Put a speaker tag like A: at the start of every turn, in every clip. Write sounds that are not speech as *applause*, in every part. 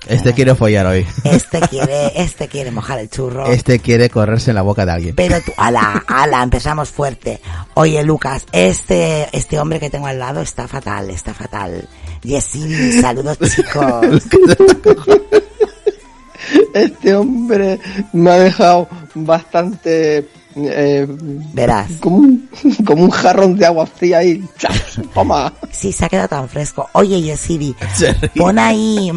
A: Este quiere follar hoy.
B: Ah. Este quiere, este quiere mojar el churro.
A: *laughs* Este quiere correrse en la boca de alguien.
B: Pero tú, ala, ala, empezamos fuerte. Oye, Lucas, este, este hombre que tengo al lado está fatal, está fatal. Yesiri, saludos chicos.
C: Este hombre me ha dejado bastante eh,
B: Verás,
C: como, un, *laughs* como un jarrón de agua fría ahí. ¡Chas! Toma.
B: sí, se ha quedado tan fresco. Oye,
A: *laughs*
B: Yesiri, pon ahí,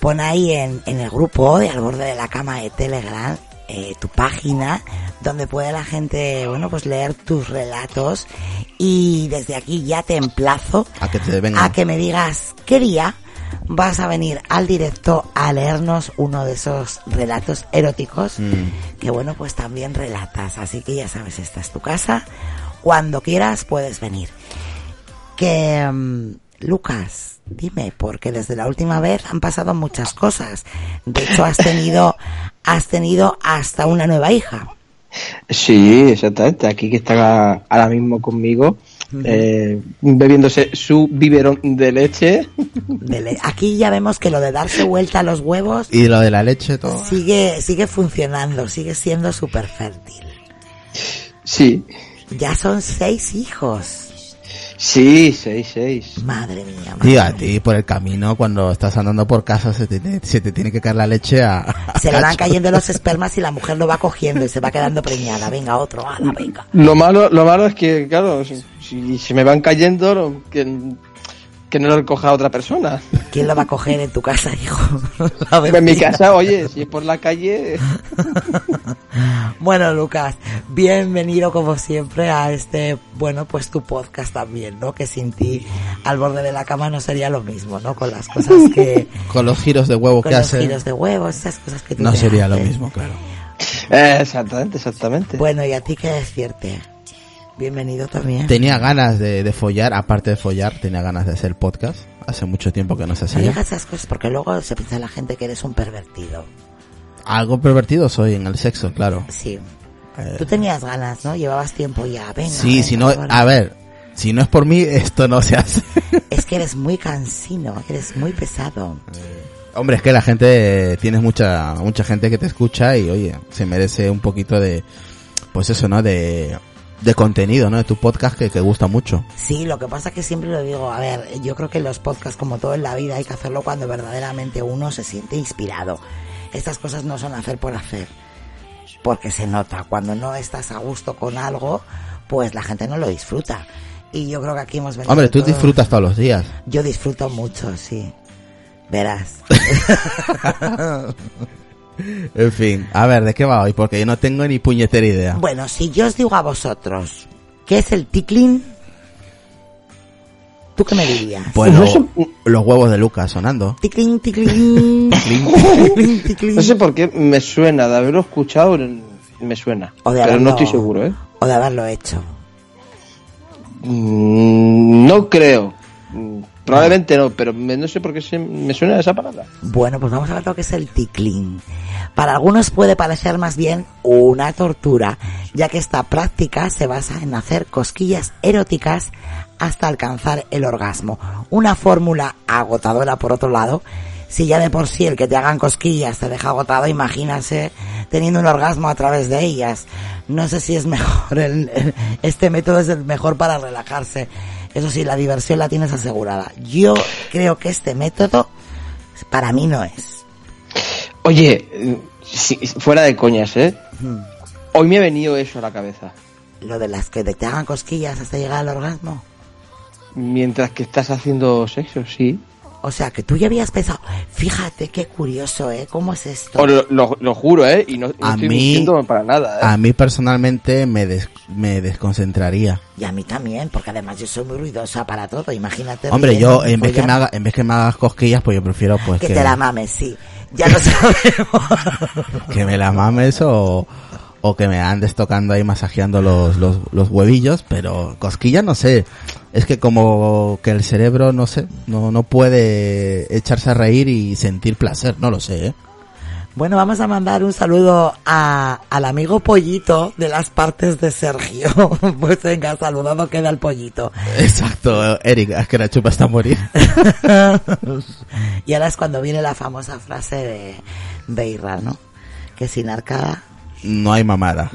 B: pon ahí en, en el grupo de Al Borde de la Cama de Telegram eh, tu página donde puede la gente, bueno, pues leer tus relatos y desde aquí ya te emplazo
A: A que te vengan.
B: a que me digas qué día vas a venir al directo a leernos uno de esos relatos eróticos
A: Mm.
B: que, bueno, pues también relatas. Así que ya sabes, esta es tu casa. Cuando quieras puedes venir. Que, mm, Lucas, dime, porque desde la última vez han pasado muchas cosas. De hecho, has tenido, has tenido hasta una nueva hija.
C: Sí, exactamente. Aquí que está ahora mismo conmigo, eh, bebiéndose su biberón de leche.
B: De le- Aquí ya vemos que lo de darse vuelta a los huevos
A: Y lo de la leche, todo.
B: sigue, sigue funcionando, sigue siendo súper fértil.
C: Sí,
B: Ya son seis hijos.
C: sí, seis, seis.
B: Madre mía. madre
A: Tío, a
B: mía.
A: ti por el camino, cuando estás andando por casa, se te, se te tiene que caer la leche a... a
B: *laughs* Se le van
A: cacho.
B: cayendo los espermas y la mujer lo va cogiendo y se va quedando preñada. Venga, otro, ala, venga.
C: Lo malo, lo malo es que, claro, si, si se me van cayendo, lo- que, que no lo coja
B: *laughs*
C: otra persona.
B: ¿Quién lo va a coger en tu casa, hijo? *laughs* La
C: En mi
B: vecina.
C: casa, oye, si es por la calle, *laughs*
B: Bueno, Lucas, bienvenido como siempre a este, bueno, pues tu podcast también, ¿no? Que sin ti al borde de la cama no sería lo mismo, ¿no? Con las cosas
A: *laughs*
B: que...
A: Con los giros de huevo
B: con
A: que
B: los
A: hace,
B: giros de huevos, esas cosas que tú
A: ¿eh? no
B: te
A: sería lo
B: haces.
A: mismo, claro.
C: Eh, exactamente, exactamente.
B: Bueno, y a ti qué decirte. Bienvenido también.
A: Tenía ganas de, de follar, aparte de follar, tenía ganas de hacer podcast. Hace mucho tiempo que no
B: No
A: se hacía.
B: digas esas cosas porque luego se piensa la gente que eres un pervertido.
A: Algo pervertido soy en el sexo, claro.
B: Sí. Tú tenías ganas, ¿no? Llevabas tiempo ya. Venga.
A: Eh. Sí,
B: venga,
A: si no, ah.
B: ahora.
A: a ver, si no es por mí, *laughs* esto no se hace.
B: Es que eres muy cansino, eres muy pesado.
A: Hombre, es que la gente, eh, tienes mucha, mucha gente que te escucha y oye, se merece un poquito de, pues eso, ¿no? De, de contenido, ¿no? De tu podcast que, que gusta mucho.
B: Sí, lo que pasa es que siempre lo digo, a ver, yo creo que los podcasts, como todo en la vida, hay que hacerlo cuando verdaderamente uno se siente inspirado. Estas cosas no son hacer por hacer, porque se nota, cuando no estás a gusto con algo, pues la gente no lo disfruta. Y yo creo que aquí hemos venido...
A: Hombre, tú
B: todos-
A: disfrutas todos los días.
B: Yo disfruto mucho, sí. Verás.
A: En fin, a ver, ¿de qué va hoy? Porque yo no tengo ni puñetera idea.
B: *laughs* Bueno, si yo os digo a vosotros, ¿qué es el tickling? ¿Tú qué me dirías?
A: Bueno,
C: *laughs* No sé-
A: Pues los huevos de Lucas sonando.
B: Tickling,
A: *laughs*
B: tickling, *laughs* tickling, tickling.
C: No sé por qué me suena, de haberlo escuchado, me suena.
B: O de
C: pero
B: haberlo-
C: no estoy seguro, ¿eh?
B: O de haberlo hecho.
C: Mm, no creo. Mm, Probablemente no, pero me- no sé por qué se- me suena esa palabra.
B: Bueno, pues vamos a ver lo que es el tickling. Para algunos puede parecer más bien una tortura, ya que esta práctica se basa en hacer cosquillas eróticas hasta alcanzar el orgasmo. Una fórmula agotadora por otro lado. Si ya de por sí el que te hagan cosquillas te deja agotado, imagínase teniendo un orgasmo a través de ellas. No sé si es *laughs* mejor, el- este método es el mejor para relajarse. Eso sí, la diversión la tienes asegurada. Yo creo que este método para mí no es.
C: Oye, eh, si- fuera de coñas, ¿eh?
B: Hmm.
C: Hoy me ha venido eso a la cabeza.
B: Lo de las que te hagan cosquillas hasta llegar al orgasmo.
C: Mientras que estás haciendo sexo, sí.
B: O sea, que tú ya habías pensado, fíjate qué curioso, ¿eh? ¿Cómo es esto?
C: Os Oh, lo, lo- lo juro, ¿eh? Y no, no
A: A
C: estoy
A: mí-
C: mintiendo para nada, ¿eh?
A: A mí personalmente me, des- me desconcentraría.
B: Y a mí también, porque además yo soy muy ruidosa para todo, imagínate.
A: Hombre,
B: riendo,
A: yo en vez, que me
B: follar,
A: haga, en vez que me hagas cosquillas, pues yo prefiero pues
B: Que te la mames, sí. Ya
A: *laughs*
B: lo sabemos.
A: que me la mames o, o que me andes tocando ahí masajeando los, los, los huevillos, pero cosquillas no sé. Es que como que el cerebro, no sé, no, no puede echarse a reír y sentir placer, no lo sé, ¿eh?
B: *laughs*
A: *laughs*
B: Bueno, vamos a mandar un saludo a, al amigo Pollito de las partes de Sergio. *laughs* Pues venga, saludado queda el Pollito.
A: Exacto, Eric, es que la chupa hasta morir.
B: y ahora es cuando viene la famosa frase de Beirra, ¿no? Que sin arcada.
A: No hay mamada.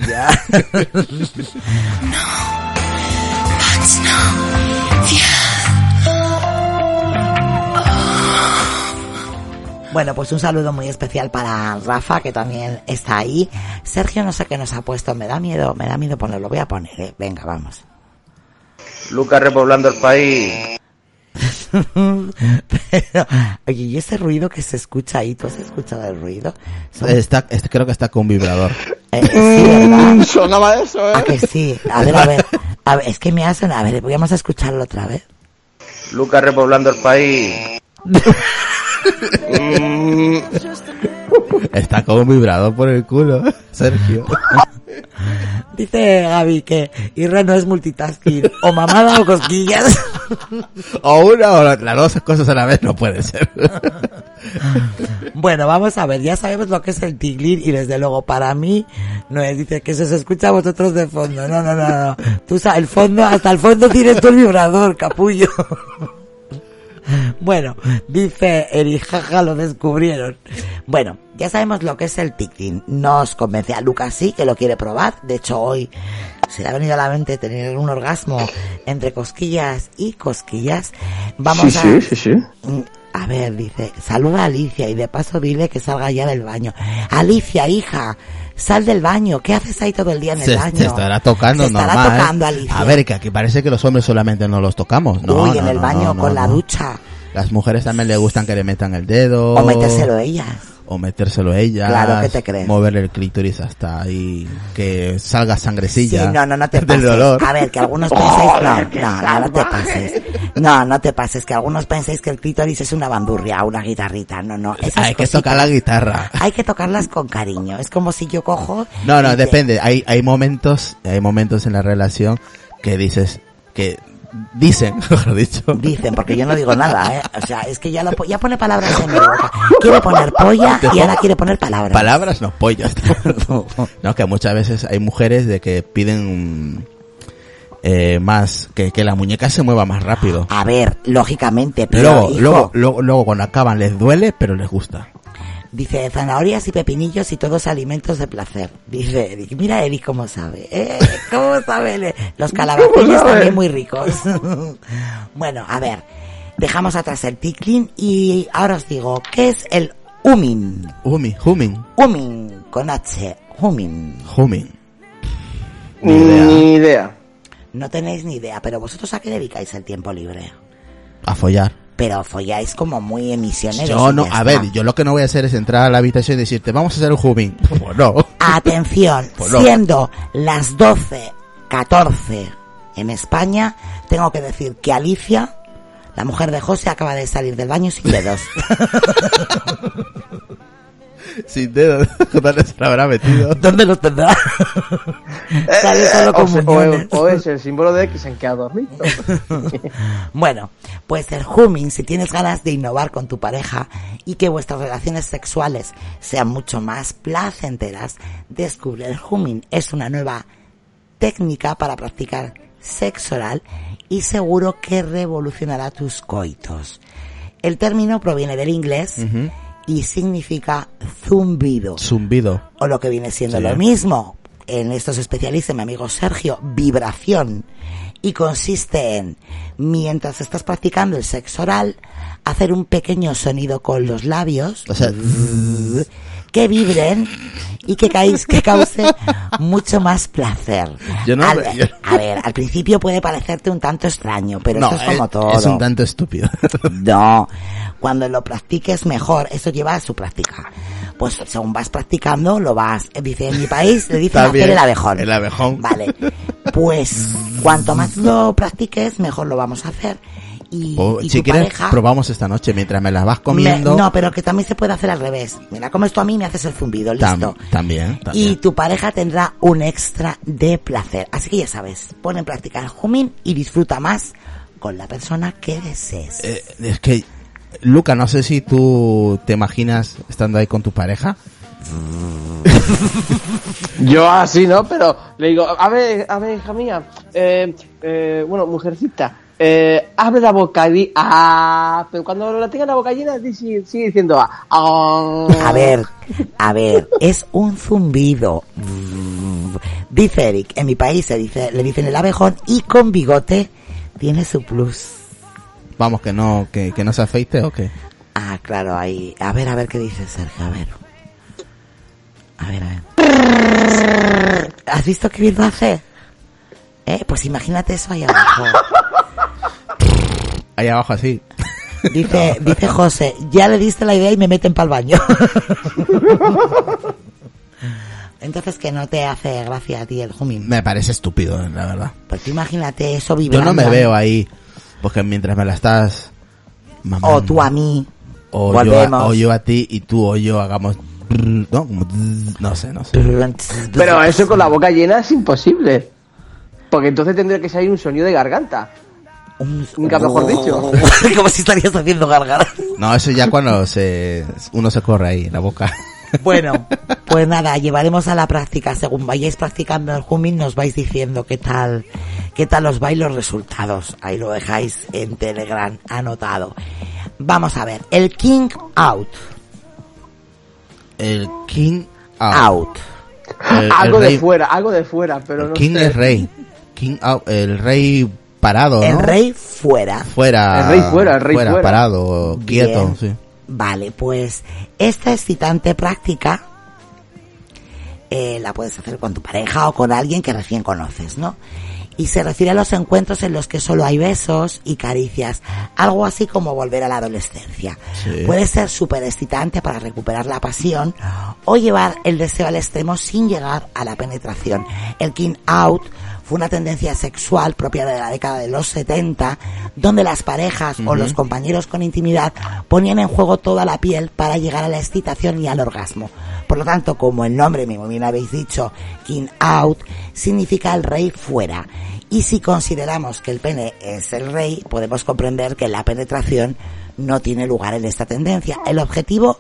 B: Bueno, pues un saludo muy especial para Rafa, que también está ahí. Sergio, no sé qué nos ha puesto. Me da miedo, me da miedo ponerlo. Voy a poner, ¿eh? Venga, vamos.
D: Lucas repoblando el país.
B: Pero, oye, ¿y ese ruido que se escucha ahí? ¿Tú has escuchado el ruido? Son-
A: Está, es- creo que está con vibrador.
B: eh, sí, ¿verdad?
C: Mm, Sonaba eso,
B: ¿A
C: ¿eh?
B: que sí? A ver, a ver. A ver, es que me hacen... A ver, vamos a escucharlo otra vez.
D: Lucas repoblando el país.
A: Está como vibrado por el culo, Sergio. *laughs*
B: Dice Gaby que Irra no es multitasking. O mamada o cosquillas. *laughs*
A: O una o la- las dos cosas a la vez no puede ser.
B: Bueno, vamos a ver, ya sabemos lo que es el tiglir y desde luego para mí no es, dice que eso se escucha a vosotros de fondo. No, no, no, no. Tú sa- el fondo, hasta el fondo tienes tú el vibrador, capullo. Bueno, dice Erijaja, lo descubrieron. Bueno, ya sabemos lo que es el tictin. Nos convence a Lucas sí que lo quiere probar. De hecho, hoy se le ha venido a la mente tener un orgasmo entre cosquillas y cosquillas. Vamos a...
C: sí, sí, sí, sí.
B: Mm, A ver, dice, saluda a Alicia y de paso dile que salga ya del baño. Alicia, hija, sal del baño. ¿Qué haces ahí todo el día en
A: Se,
B: el baño?
A: se estará tocando
B: Se estará
A: normal.
B: tocando, Alicia.
A: A ver, que aquí parece que los hombres solamente no los tocamos. No,
B: Uy, en
A: no,
B: el
A: no,
B: baño
A: no,
B: con la
A: no.
B: ducha.
A: Las mujeres también le gustan que le metan el dedo.
B: O metérselo ellas.
A: O metérselo ellas.
B: Claro, ¿qué te crees?
A: Moverle el clítoris hasta ahí. Que salga
B: Sí,
A: sangrecilla.
B: no, no, no te
A: *laughs* Del
B: pases. Ah,
A: dolor.
B: A ver, que algunos pensáis, no, no, no, no te pases. No, no te pases, que algunos pensáis que el clítoris es una bandurria, una guitarrita. No, no, esas
A: Hay Ah, que
B: cositas
A: tocar la guitarra.
B: hay que tocarlas con cariño. Es como si yo cojo.
A: No,
B: y
A: no,
B: te-
A: depende. Hay, hay momentos, hay momentos en la relación que dices, que dicen, *laughs* mejor dicho.
B: Dicen, porque yo no digo nada, ¿eh? O sea, es que ya, lo, po- ya pone palabras en mi boca. Quiere poner polla y ahora quiere poner palabras.
A: Palabras no pollas.
B: *laughs*
A: no, que muchas veces hay mujeres de que piden eh, más, que, que la muñeca se mueva más rápido.
B: a ver, lógicamente, pero
A: Luego,
B: Ah, hijo,
A: luego, luego, luego cuando acaban les duele, pero les gusta.
B: dice zanahorias y pepinillos y todos alimentos de placer. Dice Eric, mira Eric cómo sabe, ¿eh? ¿Cómo sabe? Ele? Los calabacillos también muy ricos. *laughs* bueno, a ver, dejamos atrás el tickling y ahora os digo, ¿qué es el humming?
A: Humi, humming,
B: Humming con H, humming.
A: humming. Ni
B: Mm.
A: idea.
C: Ni idea.
B: No tenéis ni idea, pero vosotros a qué dedicáis el tiempo libre.
A: A follar.
B: Pero folláis como muy emisioneros.
A: Yo
B: y
A: no,
B: ya
A: a
B: está.
A: ver, yo lo que no voy a hacer es entrar a la habitación y decirte, vamos a hacer el humming. *laughs* Pues no.
B: Atención,
A: Pues no.
B: siendo las 12, 14 en España, tengo que decir que Alicia, la mujer de José, acaba de salir del baño sin dedos.
A: Sin *laughs* dedos, ¿dónde se la habrá metido?
B: ¿Dónde los tendrá? Sale solo
C: o,
B: con
C: se-
B: muñones.
C: o- o es el símbolo de que se han quedado dormidos.
A: *laughs*
B: Bueno, pues el humming, si tienes ganas de innovar con tu pareja y que vuestras relaciones sexuales sean mucho más placenteras, descubre el humming. Es una nueva técnica para practicar sexo oral y seguro que revolucionará tus coitos. El término proviene del inglés y significa zumbido
A: Zumbido.
B: o lo que viene siendo
A: Sí.
B: lo mismo. En esto se especializa mi amigo Sergio, vibración. Y consiste en, mientras estás practicando el sexo oral, hacer un pequeño sonido con los
A: *laughs*
B: labios
A: O sea,
B: que vibren y que, caís, que cause mucho más placer.
A: Yo no-
B: al,
A: yo-
B: A ver, al principio puede parecerte un tanto extraño, pero
A: no, eh,
B: esto es como
A: es-
B: todo.
A: es un tanto estúpido. *laughs*
B: No, cuando lo practiques mejor, eso lleva a su práctica. Pues según vas practicando, lo vas. eh, Dice, en mi país le dicen
A: También,
B: hacer el abejón.
A: el abejón.
B: Vale. Pues cuanto más lo practiques, mejor lo vamos a hacer. Y,
A: O,
B: y
A: si
B: tu
A: quieres,
B: pareja.
A: probamos esta noche mientras me las vas
B: me-
A: comiendo.
B: no, pero que también se puede hacer al revés. Mira, comes tú a mí y me haces el zumbido, listo.
A: tam- también, también.
B: Y tu pareja tendrá un extra de placer. Así que ya sabes, pon en práctica el humming y disfruta más con la persona que desees.
A: Eh, es que, Luca, no sé si tú te imaginas estando ahí con tu pareja.
C: Yo así, ¿no? Pero le digo, a ver, a ver, hija mía, eh, eh, bueno, mujercita, eh, abre la boca y di, ah, pero cuando la tenga la boca llena, di- sigue, sigue diciendo, ah, ah.
B: A ver, a ver, es un zumbido. Dice Eric, en mi país se dice, le dicen el abejón y con bigote tiene su plus.
A: Vamos, que no, que, que no se afeite o qué.
B: Ah, claro, ahí. A ver, a ver qué dice Sergio, a ver. A ver, a ver. ¿Has visto qué bien lo hace? Eh, pues imagínate eso ahí abajo.
A: Ahí abajo así.
B: Dice, dice José, ya le diste la idea y me meten para el baño. *laughs* Entonces que no te hace gracia a ti el humming.
A: Me parece estúpido, la verdad.
B: Pues tú imagínate eso
A: Yo
B: vibrando.
A: no me veo ahí. Porque mientras me la estás Mamá,
B: o tú a mí.
A: o yo
B: volvemos.
A: a, o yo a ti y tú o yo hagamos brr, no Como zzz, no sé no sé
C: Pero eso con la boca llena es imposible. Porque entonces tendría que salir un sonido de garganta.
B: Un-
C: Nunca mejor
A: Oh.
C: dicho.
B: *laughs* Como si estarías haciendo gargara.
A: no eso ya cuando se uno se corre ahí la boca *laughs*
B: Bueno, pues nada, llevaremos a la práctica. Según vayáis practicando el humming, nos vais diciendo qué tal, qué tal os vais los resultados. Ahí lo dejáis en Telegram anotado. Vamos a ver, el King Out.
A: el king out,
B: Out.
A: El- el
C: *laughs* algo de
A: rey-
C: fuera, algo de fuera, pero
A: el
C: no
A: king
C: sé.
A: es rey king out, el rey parado
B: El
A: ¿no?
B: rey fuera.
A: fuera
C: El rey fuera, el rey fuera.
A: parado quieto
B: Bien.
A: sí
B: Vale, pues esta excitante práctica eh, la puedes hacer con tu pareja o con alguien que recién conoces, ¿no? Y se refiere a los encuentros en los que solo hay besos y caricias, algo así como volver a la adolescencia.
A: Sí.
B: Puede ser súper excitante para recuperar la pasión o llevar el deseo al extremo sin llegar a la penetración. El king out fue una tendencia sexual propia de la década de los 70, donde las parejas o los compañeros con intimidad ponían en juego toda la piel para llegar a la excitación y al orgasmo. Por lo tanto, como el nombre, mismo bien habéis dicho, king out, significa el rey fuera. Y si consideramos que el pene es el rey, podemos comprender que la penetración no tiene lugar en esta tendencia. El objetivo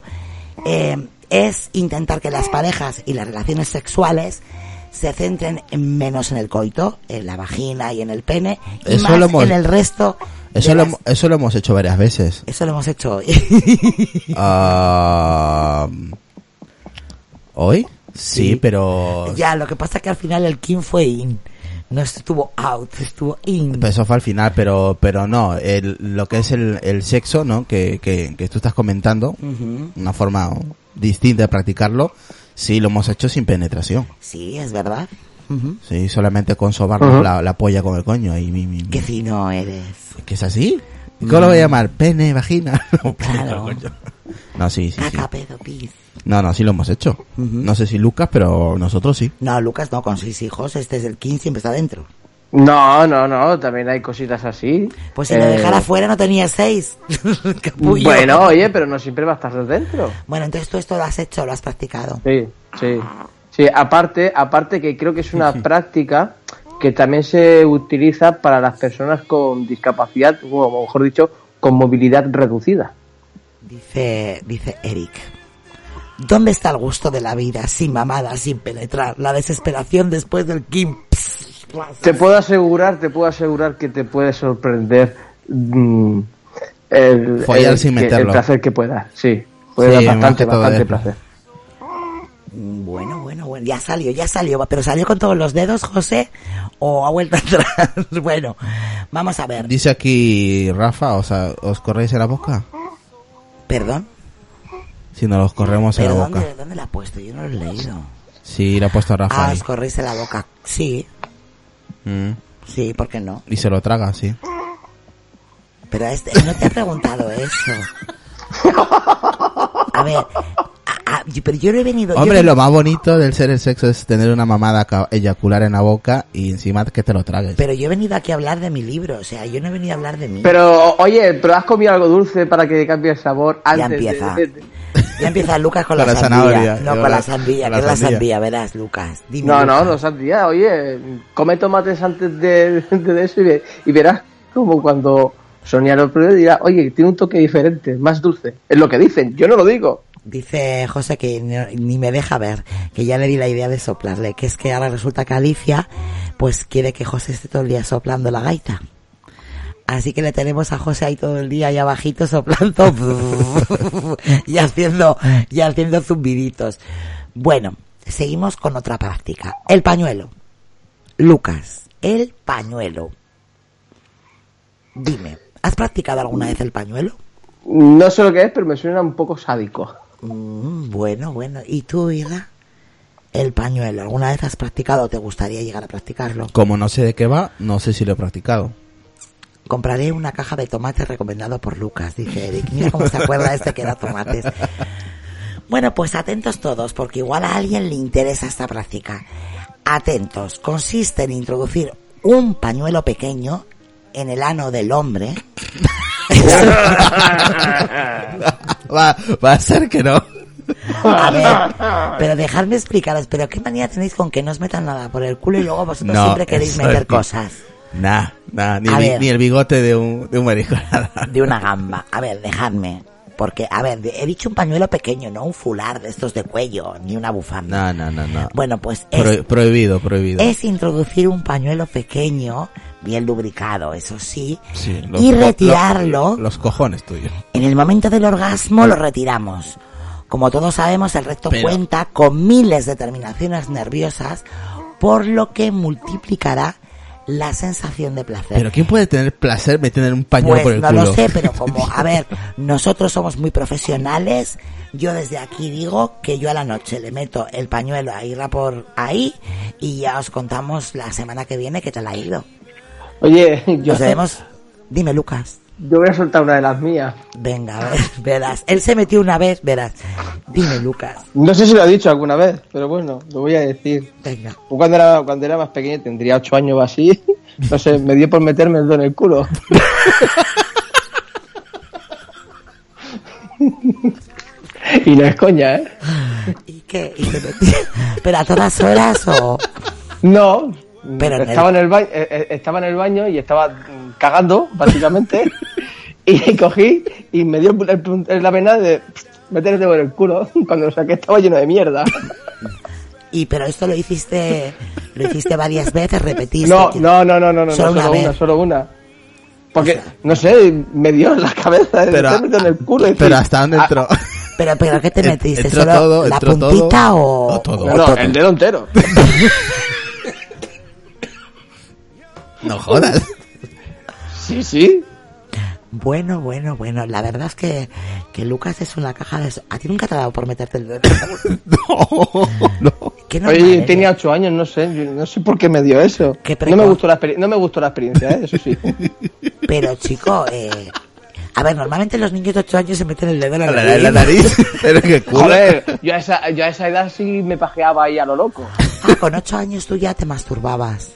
B: eh, es intentar que las parejas y las relaciones sexuales se centren menos en el coito, en la vagina y en el pene, y
A: Eso
B: más
A: lo hemos-
B: en el resto. de
A: eso lo,
B: las-
A: hemo- eso lo hemos hecho varias
C: *laughs*
A: veces
B: eso lo hemos hecho hoy.
A: Ah, hoy sí,
B: Sí. *laughs*
A: pero
B: ya, lo que pasa es que al final el king fue in, no estuvo out, estuvo in.
A: Pues eso fue al final, pero pero no, el- lo que es el, el sexo, ¿no? Que, que, que tú estás comentando, una forma distinta de practicarlo, sí lo hemos hecho sin penetración,
B: Sí, es verdad. Ujú.
A: sí, solamente con sobarnos la, la polla con el coño y mi, mi-
B: Qué fino eres.
A: que es así. ¿Cómo lo voy a llamar? Pene, vagina. *laughs* No,
B: Claro.
A: coño. No, sí, sí, sí.
B: Caca, pedo, pis.
A: No, no, sí lo hemos hecho. No sé si Lucas, pero nosotros sí.
B: No, Lucas no, con seis hijos, este es el king, siempre está adentro.
C: No, no, no, también hay cositas así.
B: Pues si lo
C: Eh,
B: dejara fuera no tenía seis. *laughs* Capullo.
C: Bueno, oye, pero no siempre va a estar dentro.
B: Bueno, entonces tú esto lo has hecho, lo has practicado.
C: Sí, sí. Sí, aparte, aparte que creo que
A: *laughs*
C: es una práctica que también se utiliza para las personas con discapacidad, o mejor dicho, con movilidad reducida.
B: Dice, dice Eric. ¿Dónde está el gusto de la vida sin mamada, sin penetrar? La desesperación después del Kim. Pss, guas.
C: Te puedo asegurar, te puedo asegurar que te puede sorprender mm, el,
A: Follar
C: el-
A: sin
C: que- el
A: meterlo.
C: placer que pueda. Sí, puede
A: Sí, más
C: dar bastante,
A: que todo
C: bastante
A: eso.
C: placer.
B: Bueno, bueno, bueno. Ya salió, ya salió. Pero salió con todos los dedos, José, o ha vuelto *laughs* atrás. bueno, vamos a ver.
A: Dice aquí Rafa, o sea, ¿os corréis en la boca?
B: Perdón.
A: Si no los corremos en
B: ¿Pero
A: la boca.
B: dónde, dónde la ha puesto? Yo no lo he leído.
A: Sí, lo ha puesto Rafa
B: Ah,
A: ahí.
B: os corréis en la boca. Sí,
A: Mm.
B: sí, ¿por qué no?
A: Y se lo traga, sí.
B: Pero este, no te ha preguntado eso. A ver, a- a- yo- pero yo no he venido. yo
A: Hombre,
B: no-
A: lo más bonito del ser el sexo es tener una mamada ca- eyacular en la boca y encima que te lo tragues.
B: Pero yo he venido aquí a hablar de mi libro, o sea, yo no he venido a hablar de mí.
C: Pero, oye, pero has comido algo dulce para que cambie el sabor
B: ya
C: antes de-
B: empieza.
C: de- de-
B: Ya empieza Lucas con
A: Con
B: la,
A: la
B: sandía.
A: zanahoria,
B: No, con
A: yo
B: la
A: la-
B: sandía,
A: con
B: que
A: la
B: es la
A: sandía.
B: sandía, verás, Lucas. Dime,
C: No, no,
B: Lucas.
C: no, Sandía, oye, come tomates antes de, de eso y, ve- y verás como cuando Sonia lo pruebe dirá, oye, tiene un toque diferente, más dulce. Es lo que dicen, yo no lo digo.
B: Dice José que no- ni me deja ver, que ya le di la idea de soplarle, que es que ahora resulta que Alicia, pues quiere que José esté todo el día soplando la gaita. Así que le tenemos a José ahí todo el día ahí abajito soplando *laughs* y haciendo, y haciendo zumbiditos. Bueno, seguimos con otra práctica. El pañuelo. Lucas, el pañuelo. Dime, ¿has practicado alguna vez el pañuelo?
C: No sé lo que es, pero me suena un poco sádico.
B: Mm, bueno, bueno. ¿Y tú, hija? El pañuelo. ¿Alguna vez has practicado o te gustaría llegar a practicarlo?
A: Como no sé de qué va, no sé si lo he practicado.
B: Compraré una caja de tomates recomendado por Lucas, dice Eric. Mira cómo se acuerda este que da tomates. Bueno, pues atentos todos, porque igual a alguien le interesa esta práctica. Atentos. Consiste en introducir un pañuelo pequeño en el ano del hombre.
A: *laughs* va, va a ser que no.
B: A ver, pero dejadme explicaros, pero qué manía tenéis con que no os metan nada por el culo y luego vosotros
A: No,
B: siempre queréis
A: eso es
B: meter
A: que-
B: cosas
A: Nah, nah, ni,
B: A
A: bi-
B: ver.
A: ni el bigote de un, de un maricón. *laughs*
B: de una gamba. A ver, dejadme. Porque, a ver, he dicho un pañuelo pequeño, no un fular de estos de cuello, ni una bufanda.
A: No, no, no, no.
B: Bueno, pues es,
A: Pro- prohibido, prohibido.
B: es introducir un pañuelo pequeño, bien lubricado, eso sí,
A: Sí, los
B: y
A: co-
B: retirarlo.
A: lo- los cojones tuyos.
B: En el momento del orgasmo lo retiramos. Como todos sabemos, el recto
A: Pero-
B: cuenta con miles de terminaciones nerviosas, por lo que multiplicará la sensación de placer.
A: Pero ¿quién puede tener placer metiendo un
B: pues
A: pañuelo por el
B: no
A: culo?
B: lo sé,
A: *laughs*
B: pero como, a
C: *laughs*
B: ver, nosotros somos muy profesionales, yo desde aquí digo que yo a la noche le meto el pañuelo a Irra por ahí y ya os contamos la semana que viene que te la ha ido.
C: Oye, yo,
B: Nos vemos. Dime, Lucas.
C: yo voy a soltar una de las mías.
B: Venga, a ver, *laughs* verás. Él se metió una vez, verás. Dime, Lucas.
C: No sé si lo he dicho alguna vez, pero bueno, lo voy a decir.
B: Venga.
C: Yo Pues Cuando era, cuando era más pequeño, tendría 8 años o así, *laughs* no sé, me dio por meterme el dedo en el culo. *laughs* y no es coña, ¿eh?
B: ¿Y qué? ¿Y te metí? *laughs* ¿Pero a todas horas o...?
C: No.
B: Pero en el-
C: estaba, en el baño, eh, eh, estaba en el baño y estaba mm, cagando, básicamente. *laughs* y cogí y me dio el pun- la pena de meter el dedo en el culo. Cuando lo saqué estaba lleno de mierda.
B: Y pero esto lo hiciste... Lo hiciste varias veces, repetiste.
C: No,
B: que-
C: no, no, no, no, no,
B: Solo
C: solo,
B: una
C: una,
B: vez.
C: solo una. Porque, no sé, me dio en la cabeza, el
A: Pero-
C: meterme en el culo. y
A: Pero
C: decir,
A: hasta dónde
C: ah,
A: entró.
B: Pero, pero ¿qué te
A: En- *laughs*
B: metiste?
A: entró
B: ¿Solo
A: todo,
B: la
A: entró todo.
B: puntita o...?
A: No, todo.
B: o
C: No, no, el dedo entero.
A: *laughs* No
C: *laughs*
A: jodas. *laughs*
C: Sí, sí.
B: Bueno, bueno, bueno. La verdad es que, que Lucas es una caja de... so- ¿A ti nunca te ha dado por meterte el
C: *laughs*
B: dedo?
A: No, no.
B: ¿Qué normal
C: Oye,
B: eres?
C: tenía ocho años, no sé, yo no sé por qué me dio eso.
B: ¿eh? Qué
C: No
B: precoz.
C: me gustó la, experi- no me gustó la experiencia, ¿eh? eso sí.
A: *laughs*
B: Pero, chico, eh... A ver, normalmente los niños de 8 años se meten el dedo en la
A: La, la-
B: nariz.
A: la nariz. *laughs* Pero qué culo.
C: Joder, yo a, esa, yo a esa edad sí me pajeaba ahí a lo loco.
B: Ah, con 8 años tú ya te masturbabas.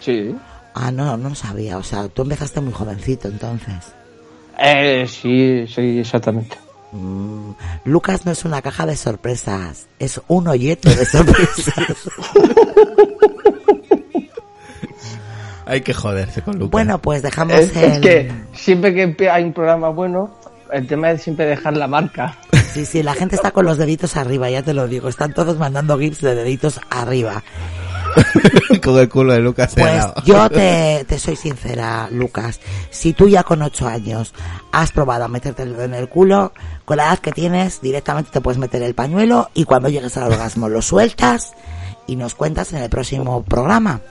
C: Sí.
B: Ah, no, no lo sabía. O sea, tú empezaste muy jovencito entonces.
C: Eh, sí, sí, exactamente.
B: Mm, Lucas no es una caja de sorpresas, es un hoyeto de
C: *laughs*
B: sorpresas.
A: Hay que joderse con Lucas.
B: bueno, pues dejamos
C: Es,
B: el...
C: es que siempre que empie- hay un programa bueno, el tema es siempre dejar la marca.
A: *laughs*
B: Sí, sí, la gente está con los deditos arriba, ya te lo digo. Están todos mandando gifs de deditos arriba.
A: *laughs* con el culo de Lucas. eh,
B: Pues
A: era-
B: yo te, te soy sincera, Lucas. Si tú ya con ocho años has probado a meterte el dedo en el culo, con la edad que tienes, directamente te puedes meter el pañuelo y cuando llegues al orgasmo lo sueltas y nos cuentas en el próximo programa.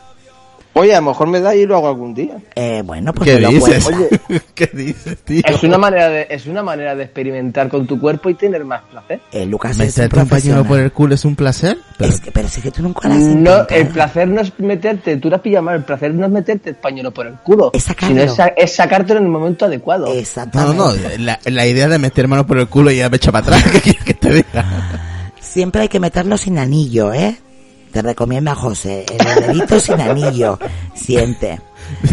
C: Oye, a lo mejor me da y lo hago algún día.
B: Eh, bueno, pues
A: ¿Qué
B: me lo
A: dices?
B: cuentas.
A: *laughs* ¿Qué dices, tío?
C: Es una manera de, es una manera de experimentar con tu cuerpo y tener más placer.
B: Eh, Lucas es un
A: ¿Meterte un pañuelo
B: profesional.
A: por el culo es un placer? Pero
B: Es que, pero sí que tú nunca lo has
C: No,
B: intentado.
C: el placer no es meterte, tú la has pillado mal, el placer no es meterte el pañuelo por el culo,
B: Es sacarlo.
C: sino es, sa- es sacártelo en el momento adecuado.
A: No,
B: Exactamente.
A: no, la, la idea de meter mano por el culo y ya me echa para atrás. *laughs* ¿Qué quieres que te diga?
B: Siempre hay que meterlo sin anillo, ¿eh? Te recomienda José, el dedito sin anillo. Siente.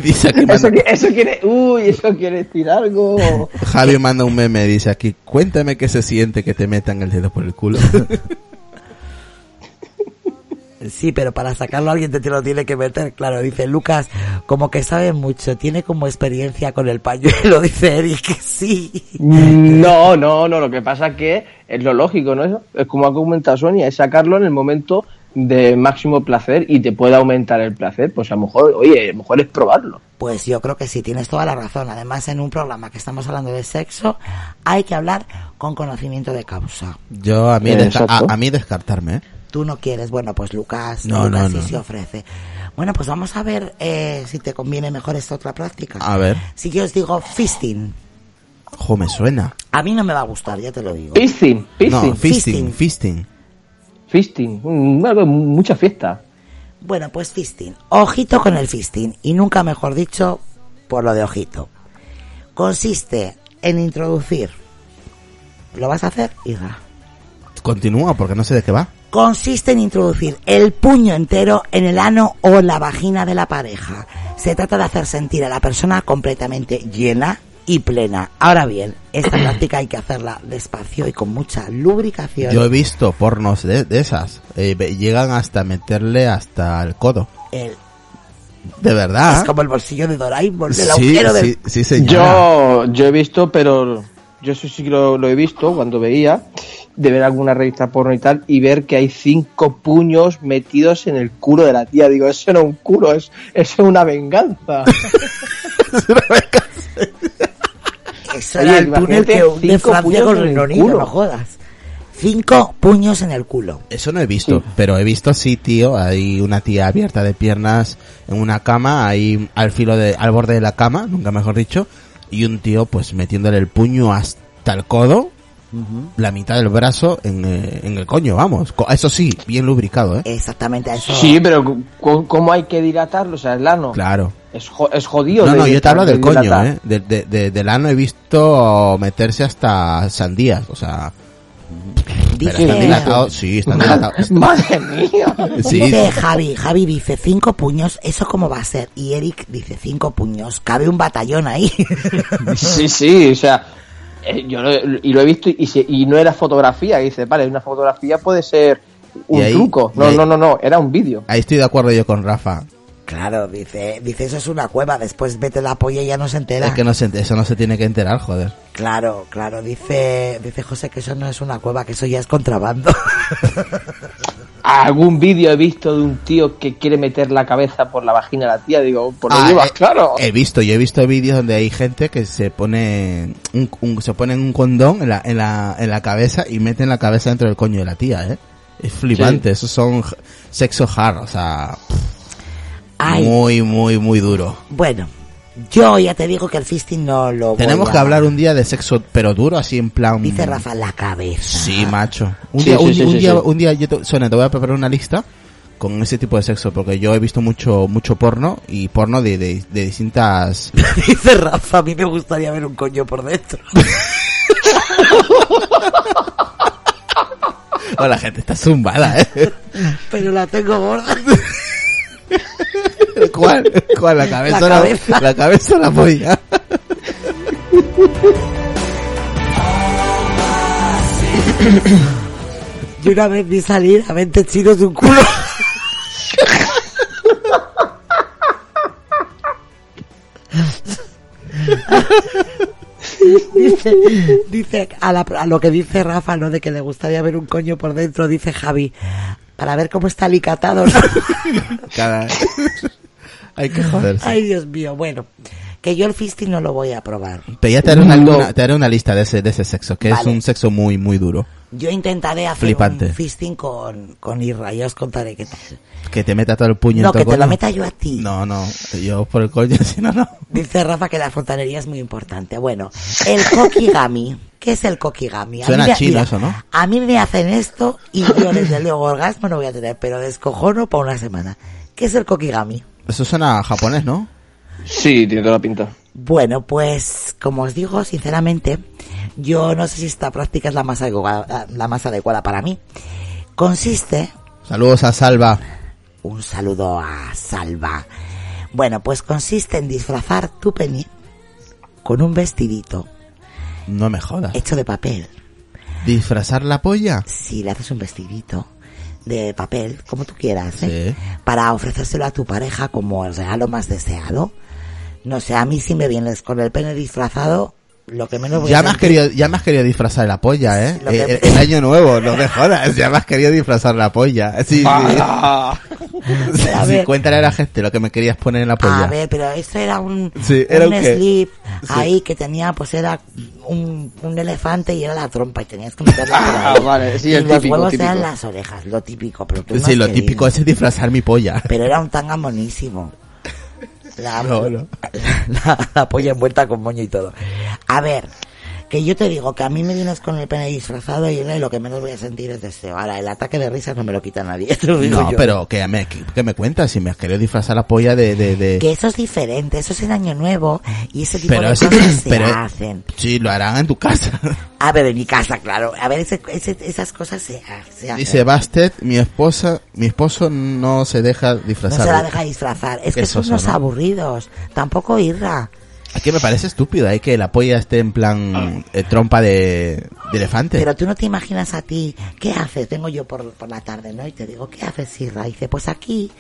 A: Dice aquí,
C: Eso,
A: manda-
C: qui- eso quiere, uy, eso quiere decir algo.
B: *laughs*
A: Javi manda un meme, dice aquí, cuéntame qué se siente que te metan el dedo por el culo.
B: Sí, pero para sacarlo alguien te lo tiene que meter, claro. Dice Lucas, como que sabe mucho, tiene como experiencia con el pañuelo, *laughs* dice Eric, sí.
C: No, no, no, lo que pasa es que es lo lógico, ¿no? Eso es como ha comentado Sonia, es sacarlo en el momento de máximo placer y te puede aumentar el placer, pues a lo mejor, oye, a lo mejor es probarlo.
B: Pues yo creo que sí, tienes toda la razón. Además, en un programa que estamos hablando de sexo, hay que hablar con conocimiento de causa.
A: Yo a mí,
C: Eh,
A: desca-
C: exacto.
A: a, a mí descartarme, ¿eh?
B: Tú no quieres, bueno, pues Lucas,
A: No,
B: Lucas
A: no,
B: sí
A: no.
B: se ofrece. Bueno, pues vamos a ver eh, si te conviene mejor esta otra práctica.
A: A ver,
B: Si yo os digo fisting,
A: jo, me suena.
B: a mí no me va a gustar, ya te lo digo.
C: Fisting, fisting,
A: No, fisting, fisting.
C: fisting, Mm, algo- mucha fiesta.
B: Bueno, pues fisting. Ojito con el fisting. Y nunca mejor dicho, por lo de ojito. Consiste en introducir. ¿Lo vas a hacer, hija?
A: Continúa, porque no sé de qué va.
B: Consiste en introducir el puño entero en el ano o la vagina de la pareja. Se trata de hacer sentir a la persona completamente llena y plena. Ahora bien,
A: *coughs*
B: esta práctica hay que hacerla despacio y con mucha lubricación.
A: Yo he visto pornos de, de esas. Eh, ve- llegan hasta meterle hasta el codo.
B: El-
A: De verdad. ¿eh?
B: Es como el bolsillo de Doraemon, el
A: Ah. Sí,
B: agujero del-
A: sí, sí, señora.
C: Yo, yo he visto, pero yo eso sí que lo, lo he visto cuando veía de ver alguna revista porno y tal y ver que hay cinco puños metidos en el culo de la tía. Digo, eso no es un culo, es, eso es
A: *laughs*
C: una
A: Ah.
C: venganza.
B: Eso
C: Oye,
B: era el
C: imagínate
B: túnel que une
C: cinco
B: Francia
C: puños
B: con
C: en el
B: Reino Unido,
C: culo.
B: no jodas. Cinco puños en el culo.
A: Eso no he visto,
C: Sí.
A: pero he visto sí, tío, hay una tía abierta de piernas en una cama, ahí al filo de, al borde de la cama, nunca mejor dicho, y un tío pues metiéndole el puño hasta el codo, la mitad del brazo en, eh, en el coño, vamos. Co- Eso sí, bien lubricado, eh.
B: Exactamente a eso.
C: sí, pero cu- ¿cómo hay que dilatarlo? O sea, el ano.
A: Claro.
C: Es, jo- es jodido.
A: No,
C: de-
A: no, yo te hablo
C: de-
A: del
C: de
A: coño,
C: dilatar.
A: eh. De- de- de- del ano he visto meterse hasta sandías, o sea, pero
B: Dice-
A: están dilatados, sí, están dilatados.
C: *laughs*
A: *laughs*
C: Madre mía.
A: Sí,
B: Dice Javi, Javi dice cinco puños, ¿eso cómo va a ser? Y Eric dice cinco puños, cabe un batallón ahí. *laughs*
C: Sí, sí, o sea, eh, yo lo, y lo he visto y, se- y no era fotografía. Y dice, vale, una fotografía puede ser un
A: Y ahí-
C: truco.
A: y
C: No,
A: ahí-
C: no, no, no, era un vídeo.
A: ahí estoy de acuerdo yo con Rafa.
B: claro, dice, dice eso es una cueva, después vete la polla y ya no se entera.
A: Es que no se, ent- eso no se tiene que enterar, joder.
B: Claro, claro, dice, dice José que eso no es una cueva, que eso ya es contrabando. *laughs*
C: Algún vídeo he visto de un tío que quiere meter la cabeza por la vagina de la tía. Digo, por lo
A: Ah,
C: llevas,
A: eh,
C: claro.
A: He visto, yo he visto vídeos donde hay gente que se pone un, un- se ponen un condón en la, en la, en la cabeza y meten la cabeza dentro del coño de la tía, eh. Es flipante, esos son j- sexo hard, o sea,
B: Ay,
A: muy, muy, muy duro.
B: bueno, yo ya te digo que el fisting no lo voy
A: Tenemos
B: a-
A: que hablar un día de sexo, pero duro, así en plan...
B: Dice Rafa, la cabeza.
A: Sí, macho. Un
C: Sí,
A: día,
C: sí,
A: un,
C: sí,
A: un
C: sí,
A: día,
C: sí.
A: un día yo te, Sonia, te voy a preparar una lista con ese tipo de sexo, porque yo he visto mucho, mucho porno y porno de, de, de distintas... *laughs*
B: *laughs* Dice Rafa, a mí me gustaría ver un coño por dentro.
A: Oh, la gente está zumbada, ¿eh?
B: *laughs*
A: *laughs*
B: Pero la tengo gorda.
A: ¿Cuál? ¿Cuál? La cabeza,
B: La
A: o la-
B: cabeza.
A: la cabeza o la polla.
B: *laughs* Yo una vez vi salir a 20 chinos de un culo. *laughs* dice, dice a, la- a lo que dice Rafa, ¿no? De que le gustaría ver un coño por dentro, dice Javi. Para ver cómo está alicatado. ¿no?
A: *laughs* Cada- Hay que
B: *laughs*
A: joderse.
B: Ay, Dios mío. Bueno, que yo el fisting no lo voy a probar.
A: Pero ya te haré una,
C: No.
A: una- te haré una lista de ese, de ese sexo, que es
B: Vale.
A: un sexo muy, muy duro.
B: Yo intentaré hacer
A: Flipante.
B: un fisting con, con Irra. Ya os contaré qué tal.
A: Que te meta todo el puño
B: No,
A: en todo
B: que
A: el
B: te lo
A: coño.
B: meta yo a ti.
A: No, no, yo por el coño, *laughs* si no, no.
B: Dice Rafa que la fontanería es muy importante. Bueno, el kokigami. ¿Qué es el kokigami? A mí
A: Suena
B: me-
A: chino eso, ¿no?
B: A mí me hacen esto y yo desde luego orgasmo no voy a tener, pero descojono para una semana. ¿Qué es el kokigami?
A: Eso suena a japonés, ¿no?
C: Sí, tiene toda la pinta.
B: Bueno, pues como os digo, sinceramente, yo no sé si esta práctica es la más, adecuada- la más adecuada para mí. Consiste
A: Saludos a Salva.
B: Un saludo a Salva. Bueno, pues consiste en disfrazar tu pene con un vestidito
A: No me jodas.
B: hecho de papel.
A: Eh, ¿Disfrazar la polla?
B: Si le haces un vestidito de papel, como tú quieras, ¿eh?
A: Sí.
B: para ofrecérselo a tu pareja como el regalo más deseado. No sé, a mí si me vienes con el pene disfrazado, lo que menos voy a
A: Ya me, has
B: sentir-
A: querido, ya me has querido disfrazar la polla, ¿eh?
B: Lo que-
A: Eh, El, el año nuevo, no me jodas. Ya me has querido disfrazar la polla.
B: *laughs*
A: Sí, sí. Sí,
B: A
A: sí,
B: ver.
A: cuéntale a la gente lo que me querías poner en la polla.
B: A ver, pero eso era un,
A: Pues Sí, era
B: un
A: un qué.
B: slip
A: Sí.
B: ahí que tenía, pues era un, un elefante y era la trompa y tenías que meterla por
C: *laughs* Ah,
B: ahí.
C: vale, sí,
B: y
C: el
B: los
C: típico,
B: huevos
C: típico.
B: eran las orejas, lo típico, pero tú no
A: sí,
B: has
A: lo
B: querido.
A: típico es disfrazar mi polla.
B: Pero era un tanga monísimo. La,
A: *laughs* No, no.
B: *laughs* la- la polla envuelta con moño y todo. A ver, que yo te digo que a mí me vienes con el pene disfrazado y lo que menos voy a sentir es deseo. Ahora, el ataque de risas no me lo quita nadie. *laughs* te lo digo
A: No,
B: yo.
A: pero que me, que me cuentas si me has querido disfrazar la polla de... de, de-
B: Que eso es diferente, eso es en Año Nuevo y ese tipo
A: Pero
B: de
A: eso-
B: cosas se
A: pero-
B: hacen.
A: Sí, lo harán en tu casa.
B: A ver, en mi casa, claro. A ver, ese- ese- esas cosas se, ha- se hacen.
A: Dice Bastet, mi esposa, mi esposo no se deja
B: no
A: disfrazar.
B: se la deja disfrazar. Es
A: Qué
B: que son
A: soso,
B: unos
A: ¿no?
B: aburridos. Tampoco irra.
A: Es que me parece estúpido, hay que la polla esté en plan eh, trompa de, de elefante.
B: Pero tú no te imaginas a ti, ¿qué haces? Vengo yo por, por la tarde, ¿no? Y te digo, ¿qué haces, Sirra? Y dice, pues aquí,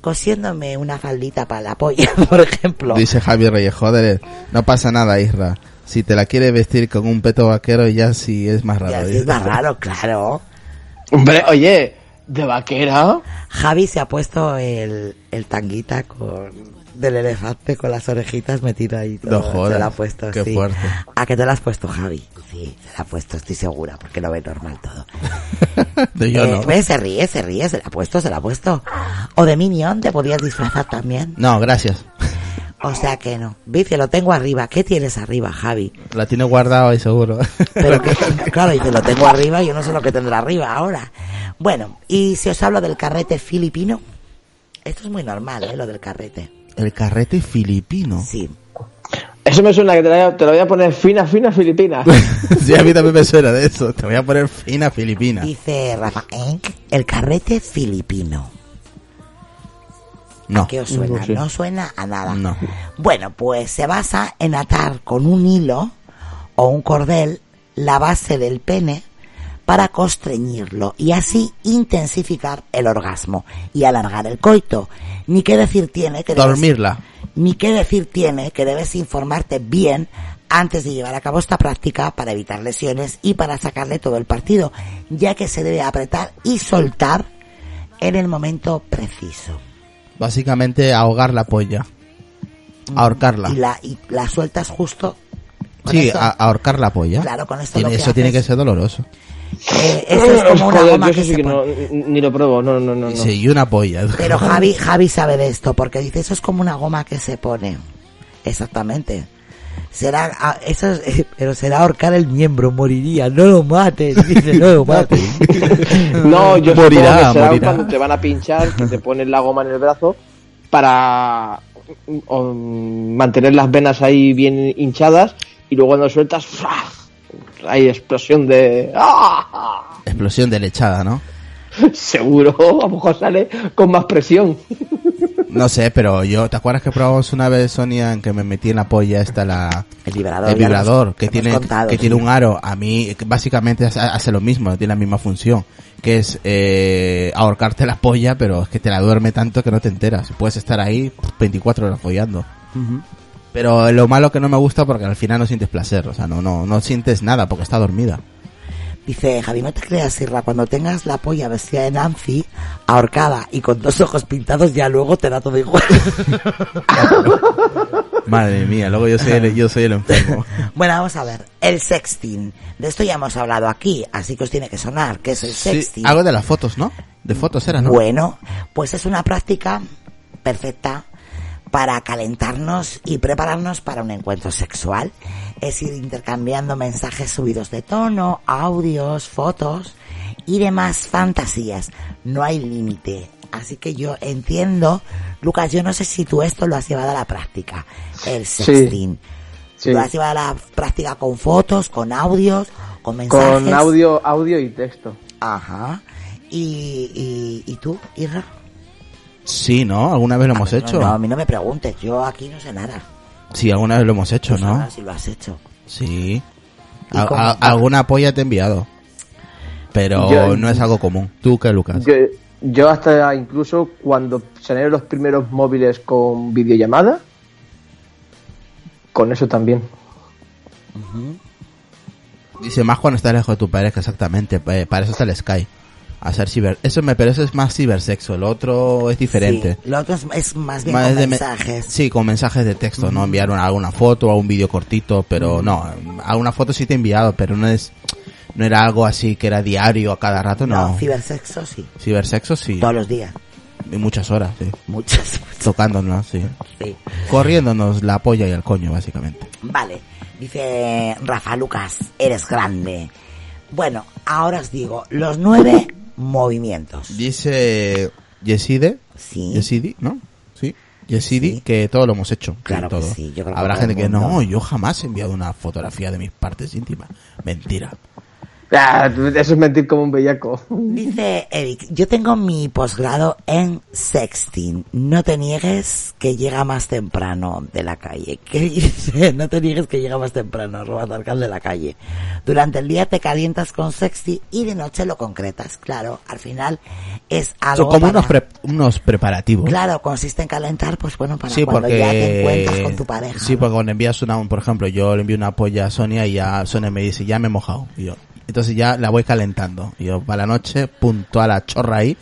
B: cosiéndome una faldita para la polla, *laughs* por ejemplo.
A: Dice Javier Reyes, joder, no pasa nada, Isra. Si te la quiere vestir con un peto vaquero, ya sí es más
B: Y
A: raro.
B: así es más
A: *laughs*
B: raro, claro.
C: Hombre, oye, de vaquera.
B: Javi se ha puesto el, el tanguita con del elefante con las orejitas metido ahí. Todo.
A: No jodas,
B: se la ha puesto,
A: qué
B: sí.
A: fuerte.
B: ¿A que te la has puesto, Javi? Sí, se la ha puesto, estoy segura, porque lo ve normal todo.
A: De yo
B: Eh,
A: no.
B: ve, se ríe, se ríe, se la ha puesto, se la ha puesto. O de Minion te podías disfrazar también.
A: No, gracias.
B: O sea que no. Dice, lo tengo arriba. ¿Qué tienes arriba, Javi?
A: La tiene guardado ahí seguro.
B: Pero que, claro, dice, lo tengo arriba, yo no sé lo que tendrá arriba ahora. Bueno, y si os hablo del carrete filipino, esto es muy normal, ¿eh? Lo del carrete.
A: *laughs* El carrete filipino.
B: Sí.
C: Eso me suena que te la, te la voy a poner fina,
B: *laughs*
C: fina filipina.
A: *laughs* sí, a mí también me suena de eso. Te voy a poner fina filipina.
B: Dice Rafa Enk, el carrete filipino.
A: No.
B: ¿Qué os suena? No,
C: sé.
B: suena a nada.
A: No.
B: Bueno, pues se basa en atar con un hilo o un cordel la base del pene para constreñirlo y así intensificar el orgasmo y alargar el coito. Ni qué decir tiene que debes-
A: Dormirla.
B: ni qué decir tiene que debes informarte bien antes de llevar a cabo esta práctica para evitar lesiones y para sacarle todo el partido, ya que se debe apretar y soltar en el momento preciso.
A: Básicamente ahogar la polla. Ahorcarla.
B: Mm. Y la, y la sueltas justo. con
A: Sí, ah.
B: eso.
A: a- ahorcar la polla.
B: Claro, con esto
A: Tiene-
B: lo que
A: eso tiene
B: haces-
A: que ser doloroso.
B: Eh, eso es como una
C: Joder,
B: goma
C: yo
B: que
C: eso sí
B: se
C: que
B: pone.
C: no, n- ni lo pruebo, no, no, no. no.
A: Sí, y una polla. *laughs*
B: Pero Javi, Javi sabe de esto, porque dice, eso es como una goma que se pone. Exactamente. Será, ah, eso es, *laughs* eh, pero será ahorcar el miembro, moriría, no lo mates, dice, no lo mates.
C: No, yo
A: Morirá,
C: supongo que será
A: morirá.
C: cuando te van a pinchar, que te ponen la goma en el brazo para um, mantener las venas ahí bien hinchadas y luego cuando sueltas, ¡fra! hay explosión de... ¡Ah!
A: Explosión de lechada, ¿no?
C: *laughs* Seguro, a lo mejor sale con más presión.
A: No sé, pero yo, ¿te acuerdas que probamos una vez, Sonia, en que me metí en la polla esta la...
B: El vibrador.
A: El
B: ya lo
A: vibrador,
B: hemos-
A: que
B: hemos
A: tiene,
B: contado,
A: que
B: sí.
A: tiene un aro, a mí que básicamente hace- hace lo mismo, tiene la misma función, que es eh, ahorcarte la polla, pero es que te la duerme tanto que no te enteras. Puedes estar ahí 24 horas follando. Pero lo malo que no me gusta porque al final no sientes placer, o sea, no, no, no sientes nada porque está dormida.
B: Dice, Javi, no te creas, Irra, cuando tengas la polla vestida de Nancy, ahorcada y con dos ojos pintados, ya luego te da todo igual. *laughs*
A: Madre mía, luego yo soy el, yo soy
B: *laughs*
A: el enfermo.
B: Bueno, vamos a ver. El sexting. De esto ya hemos hablado aquí, así que os tiene que sonar que es el
A: Sí,
B: sexting.
A: algo de las fotos, ¿no? De fotos era, Ah, ¿no?
B: Bueno, pues es una práctica perfecta para calentarnos y prepararnos para un encuentro sexual. Es ir intercambiando mensajes subidos de tono, audios, fotos y demás fantasías. No hay límite. Así que yo entiendo, Lucas, yo no sé si tú esto lo has llevado a la práctica, el sexting.
C: sí.
B: Lo has llevado a la práctica con fotos, con audios, con mensajes.
C: Con audio, audio y texto.
B: Ajá. ¿Y, y, y tú, Irra?
A: Sí, ¿no? ¿Alguna vez lo hemos
B: Ah,
A: hecho?
B: No, no, a mí no me preguntes, yo aquí no sé nada.
A: Sí, alguna vez lo hemos hecho,
B: Tú
A: ¿no?
B: sabrás si lo has hecho.
A: Sí.
B: ¿Y
A: A-
B: cómo?
A: a- alguna polla te he enviado. Pero
C: Yo-
A: no es algo común. ¿Tú qué, Lucas?
C: Yo, yo hasta incluso cuando salieron los primeros móviles con videollamada, con eso también.
A: Dice más cuando estás lejos de tu pareja, exactamente. pa- Para eso está el Sky. Hacer ciber. Eso me parece es más cibersexo. Lo otro es diferente.
B: Sí, lo otro es, es más bien
A: Más
B: con
A: de me-
B: mensajes.
A: Sí, con mensajes de texto, ¿no? Enviar una, alguna foto o un vídeo cortito, pero no. Alguna foto sí te he enviado, pero no es. No era algo así que era diario a cada rato, no.
B: No, cibersexo sí.
A: cibersexo sí.
B: Todos los días. *laughs*
A: Y muchas horas, sí.
B: Muchas, muchas.
A: Tocándonos, sí.
B: sí.
A: Corriéndonos la polla y el coño, básicamente.
B: Vale, dice Rafa Lucas, eres grande. Bueno, ahora os digo los nueve movimientos.
A: Dice Yeside.
B: Sí.
A: Yesidi, ¿no? Sí. Yesidi,
B: Sí.
A: que todo lo hemos hecho.
B: Claro que
A: todo.
B: sí, yo creo que
A: Habrá
B: todo
A: gente
B: el
A: que no,
B: mundo.
A: yo jamás he enviado una fotografía de mis partes íntimas. Mentira.
C: Ah, eso es mentir como un bellaco.
B: Dice Eric, yo tengo mi posgrado en sexting. No te niegues que llega más temprano de la calle. *laughs* ¿Qué dice? No te niegues que llega más temprano, Robatarcal de la calle. Durante el día te calientas con sexting y de noche lo concretas. Claro, al final es algo
A: Son como unos,
B: para-
A: pre- unos preparativos.
B: Claro, consiste en calentar, pues bueno, para
A: sí,
B: cuando
A: porque...
B: ya te encuentras con tu pareja.
A: Sí,
B: ¿no?
A: porque cuando envías una, un- por ejemplo, yo le envío una polla a Sonia y ya Sonia me dice, ya me he mojado. Y yo, entonces ya la voy calentando. Y yo, para la noche, punto a la chorra ahí,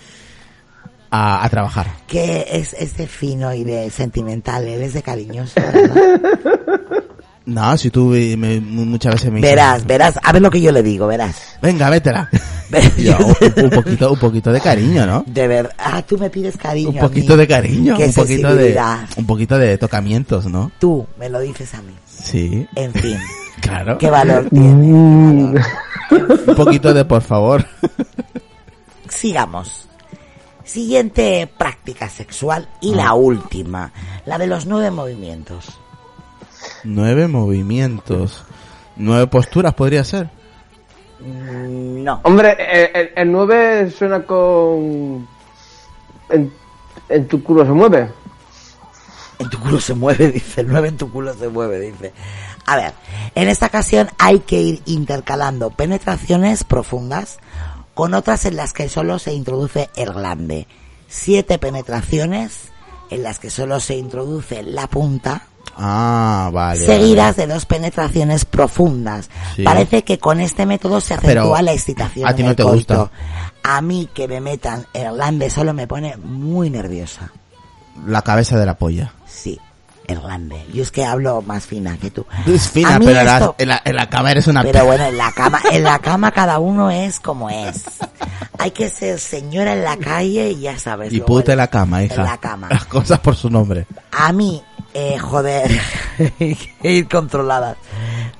A: a, a trabajar.
B: Que es, es de fino y de sentimental, eres de
A: *laughs*
B: cariñoso. ¿verdad?
A: No, si tú eh, me- muchas veces me dices,
B: verás, verás, a ver lo que yo le digo, verás. *laughs*
A: venga, vétela.
B: Ve-
A: Y yo, un, un poquito, un poquito de cariño, ¿no?
B: De verdad, ah, tú me pides cariño.
A: Un
B: a mí.
A: poquito de cariño,
B: Qué
A: un poquito de,
B: sensibilidad.
A: un poquito de tocamientos, ¿no?
B: Tú me lo dices a mí.
A: Sí,
B: En
A: *laughs*
B: fin,
A: claro.
B: qué valor tiene.
A: Un poquito de por favor.
B: Sigamos. Siguiente práctica sexual y
A: Ah.
B: la última, la de los nueve movimientos.
A: Nueve movimientos. Nueve posturas podría ser.
B: Mm, No,
C: Hombre, eh, el, el 9 suena con. En, en tu culo se mueve.
B: en tu culo se mueve, *laughs* dice. El nueve en tu culo se mueve, dice. A ver, en esta ocasión hay que ir intercalando penetraciones profundas con otras en las que solo se introduce el glande. Siete penetraciones en las que solo se introduce la punta
A: Ah, vale.
B: seguidas de dos penetraciones profundas.
A: Sí.
B: Parece que con este método se
A: pero
B: acentúa la excitación.
A: a ti
B: en
A: no
B: el
A: te
B: coito.
A: gusta.
B: A mí que me metan el glande solo me pone muy nerviosa.
A: vale. La cabeza de la polla.
B: Sí, el glande. Yo es que hablo más fina que tú.
A: Es
B: Ah. A
A: fina,
B: mí
A: pero en la,
B: esto-
A: en, la, en la cama eres una...
B: Pero bueno, en la cama, en la cama cada uno es como es. Hay que ser señora en la calle y ya sabes.
A: y
B: luego
A: puta en la cama, hija.
B: En la cama.
A: Las cosas por su nombre.
B: A mí, eh, joder, *laughs* hay que ir controlada.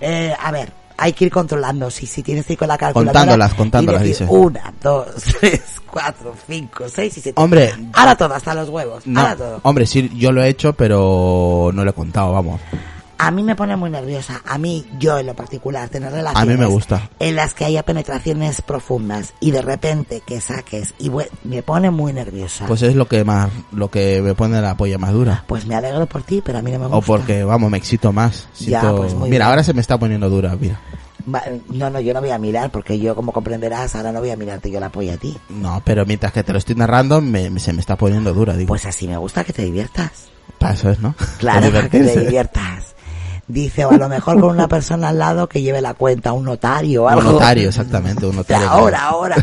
B: Eh, a ver, hay que ir controlando. Si, si tienes que ir con la calculadora.
A: Contándolas, contándolas,
B: y decir,
A: dice.
B: Una, dos, *laughs* tres, cuatro, cinco, seis y siete.
A: Hombre.
B: Ahora todo, hasta los huevos.
A: No,
B: Ahora todo.
A: hombre, sí, yo lo he hecho, pero no lo he contado, vamos.
B: A mí me pone muy nerviosa. A mí, yo en lo particular, tener relaciones.
A: me gusta.
B: En las que haya penetraciones profundas y de repente que saques y vue- me pone muy nerviosa.
A: Pues es lo que más, lo que me pone la polla más dura.
B: Pues me alegro por ti, pero a mí no me gusta.
A: O porque, vamos, me excito más.
B: Ya,
A: Siento-
B: pues muy
A: mira,
B: bien.
A: ahora se me está poniendo dura, mira.
B: Va- No, no, yo no voy a mirar porque yo, como comprenderás, ahora no voy a mirarte, yo la apoyo a ti.
A: No, pero mientras que te lo estoy narrando, me, me- se me está poniendo dura, digo.
B: Pues así me gusta que te diviertas.
A: para eso es, ¿no?
B: Claro,
A: Para
B: que te
A: divertirse.
B: diviertas. Dice, o a lo mejor con una persona al lado que lleve la cuenta, un notario o
A: Un
B: algo.
A: notario, exactamente, un notario.
B: *laughs* Ahora, ahora.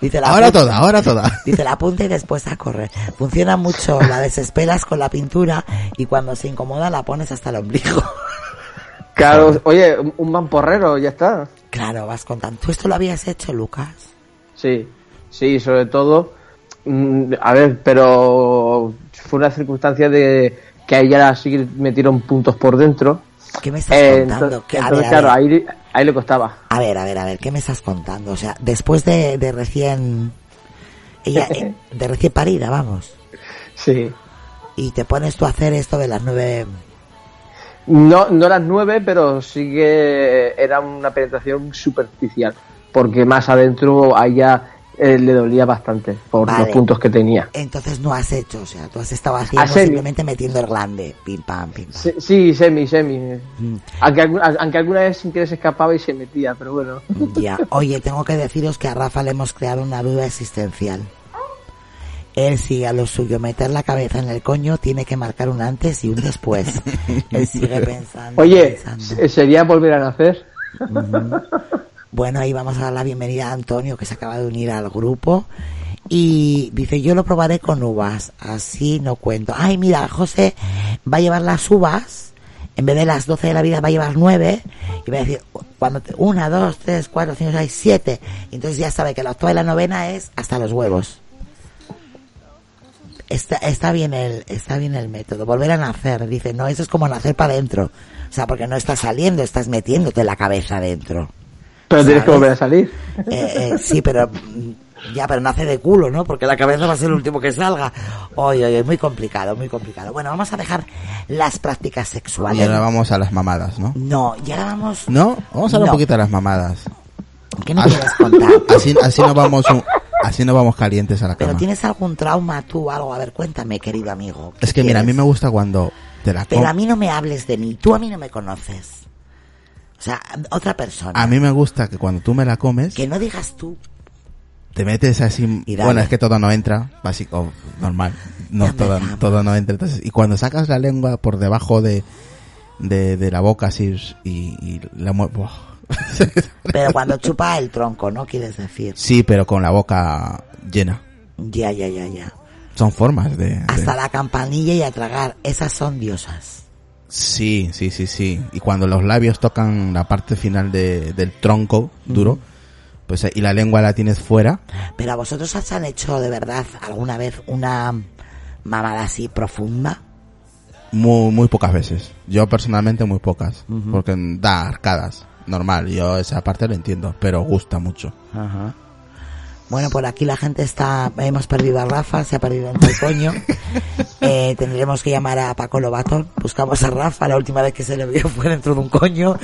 B: Dice la
A: Ahora
B: punta-
A: toda, ahora toda.
B: Dice la punta y después a correr. Funciona mucho, la desesperas con la pintura y cuando se incomoda la pones hasta el ombligo. *laughs*
C: Claro, oye, un, un mamporrero, ya está.
B: Claro, vas contando. ¿Tú esto lo habías hecho, Lucas?
C: Sí, sí, sobre todo. mm, A ver, pero fue una circunstancia de que a ella sí metieron puntos por dentro.
B: ¿Qué me estás
C: Eh,
B: contando?
C: entonces,
B: ¿Qué- a
C: entonces,
B: ver, a
C: claro,
B: ver.
C: ahí, ahí le costaba.
B: A ver, a ver, a ver, ¿qué me estás contando? O sea, después de, de recién... Ella,
C: *laughs*
B: eh, de recién parida, vamos.
C: Sí.
B: Y te pones tú a hacer esto de las nueve...
C: No, no las nueve, pero sí que era una penetración superficial, porque más adentro a ella eh, le dolía bastante por
B: Vale.
C: los puntos que tenía.
B: Entonces no has hecho, o sea, tú has estado haciendo
C: Hacer-
B: simplemente metiendo el glande. Pim, pam, pim, pam.
C: Sí, sí, semi, semi.
B: Mm.
C: Aunque, algu- aunque alguna vez sin querer se escapaba y se metía, pero bueno.
B: Ya. Oye, tengo que deciros que a Rafa le hemos creado una duda existencial. Él sigue a lo suyo, meter la cabeza en el coño tiene que marcar un antes y un después. Él sigue pensando.
C: Oye,
B: pensando.
C: se- ¿sería volver a nacer?
B: Bueno, ahí vamos a dar la bienvenida a Antonio, que se acaba de unir al grupo. Y dice, yo lo probaré con uvas, así no cuento. Ay, mira, José va a llevar las uvas, en vez de las 12 de la vida va a llevar 9, y va a decir, cuando te- una, dos, tres, cuatro, cinco, seis, siete. Y entonces ya sabe que la octava y la novena es hasta los huevos. Está, está bien el, está bien el método. Volver a nacer, dice, no, eso es como nacer para adentro. O sea, porque no estás saliendo, estás metiéndote la cabeza adentro.
C: Pero tienes que
B: ¿Sabes?
C: volver a salir.
B: Eh, eh, sí, pero mm, ya, pero nace de culo, ¿no? Porque la cabeza va a ser el último que salga. Oye, oye, muy complicado, muy complicado. Bueno, vamos a dejar las prácticas
A: Y
B: sexuales.
A: ahora vamos a las mamadas, ¿no?
B: No, ya vamos.
A: No, vamos a hablar
B: No.
A: un poquito de las mamadas.
B: ¿Qué me quieres contar?
A: *laughs* Así, así no vamos, un- así no vamos calientes a la
B: Pero
A: cama.
B: tienes algún trauma tú o algo. A ver, cuéntame, querido amigo. ¿qué
A: Es que mira, a mí
B: quieres?
A: me gusta cuando te la
B: Pero
A: com-
B: a mí no me hables de mí. Tú a mí no me conoces. O sea, otra persona.
A: a mí me gusta que cuando tú me la comes,
B: Que no digas tú.
A: te metes así,
B: Y dale.
A: bueno, es que todo no entra, básico, normal, no
B: Dame,
A: todo,
B: dame.
A: todo no entra, entonces, y cuando sacas la lengua por debajo de, de, de la boca así, y, y la muevo,
B: Pero cuando chupa el tronco, ¿no? Quieres decir.
A: sí, pero con la boca llena,
B: Ya, ya, ya, ya.
A: son formas de, de-
B: Hasta la campanilla y a tragar. Esas son diosas.
A: sí, sí, sí, sí, y cuando los labios tocan la parte final de, del tronco duro, pues, y la lengua la tienes fuera,
B: Pero a vosotros os han hecho de verdad alguna vez una mamada así profunda.
A: Muy, muy pocas veces. Yo personalmente muy pocas. Porque da arcadas. Normal. Yo esa parte lo entiendo. Pero gusta mucho.
B: Bueno, por aquí la gente está, hemos perdido a Rafa, se ha perdido en el coño. Eh, tendremos que llamar a Paco Lobato. Buscamos a Rafa, la última vez que se le vio fue dentro de un coño.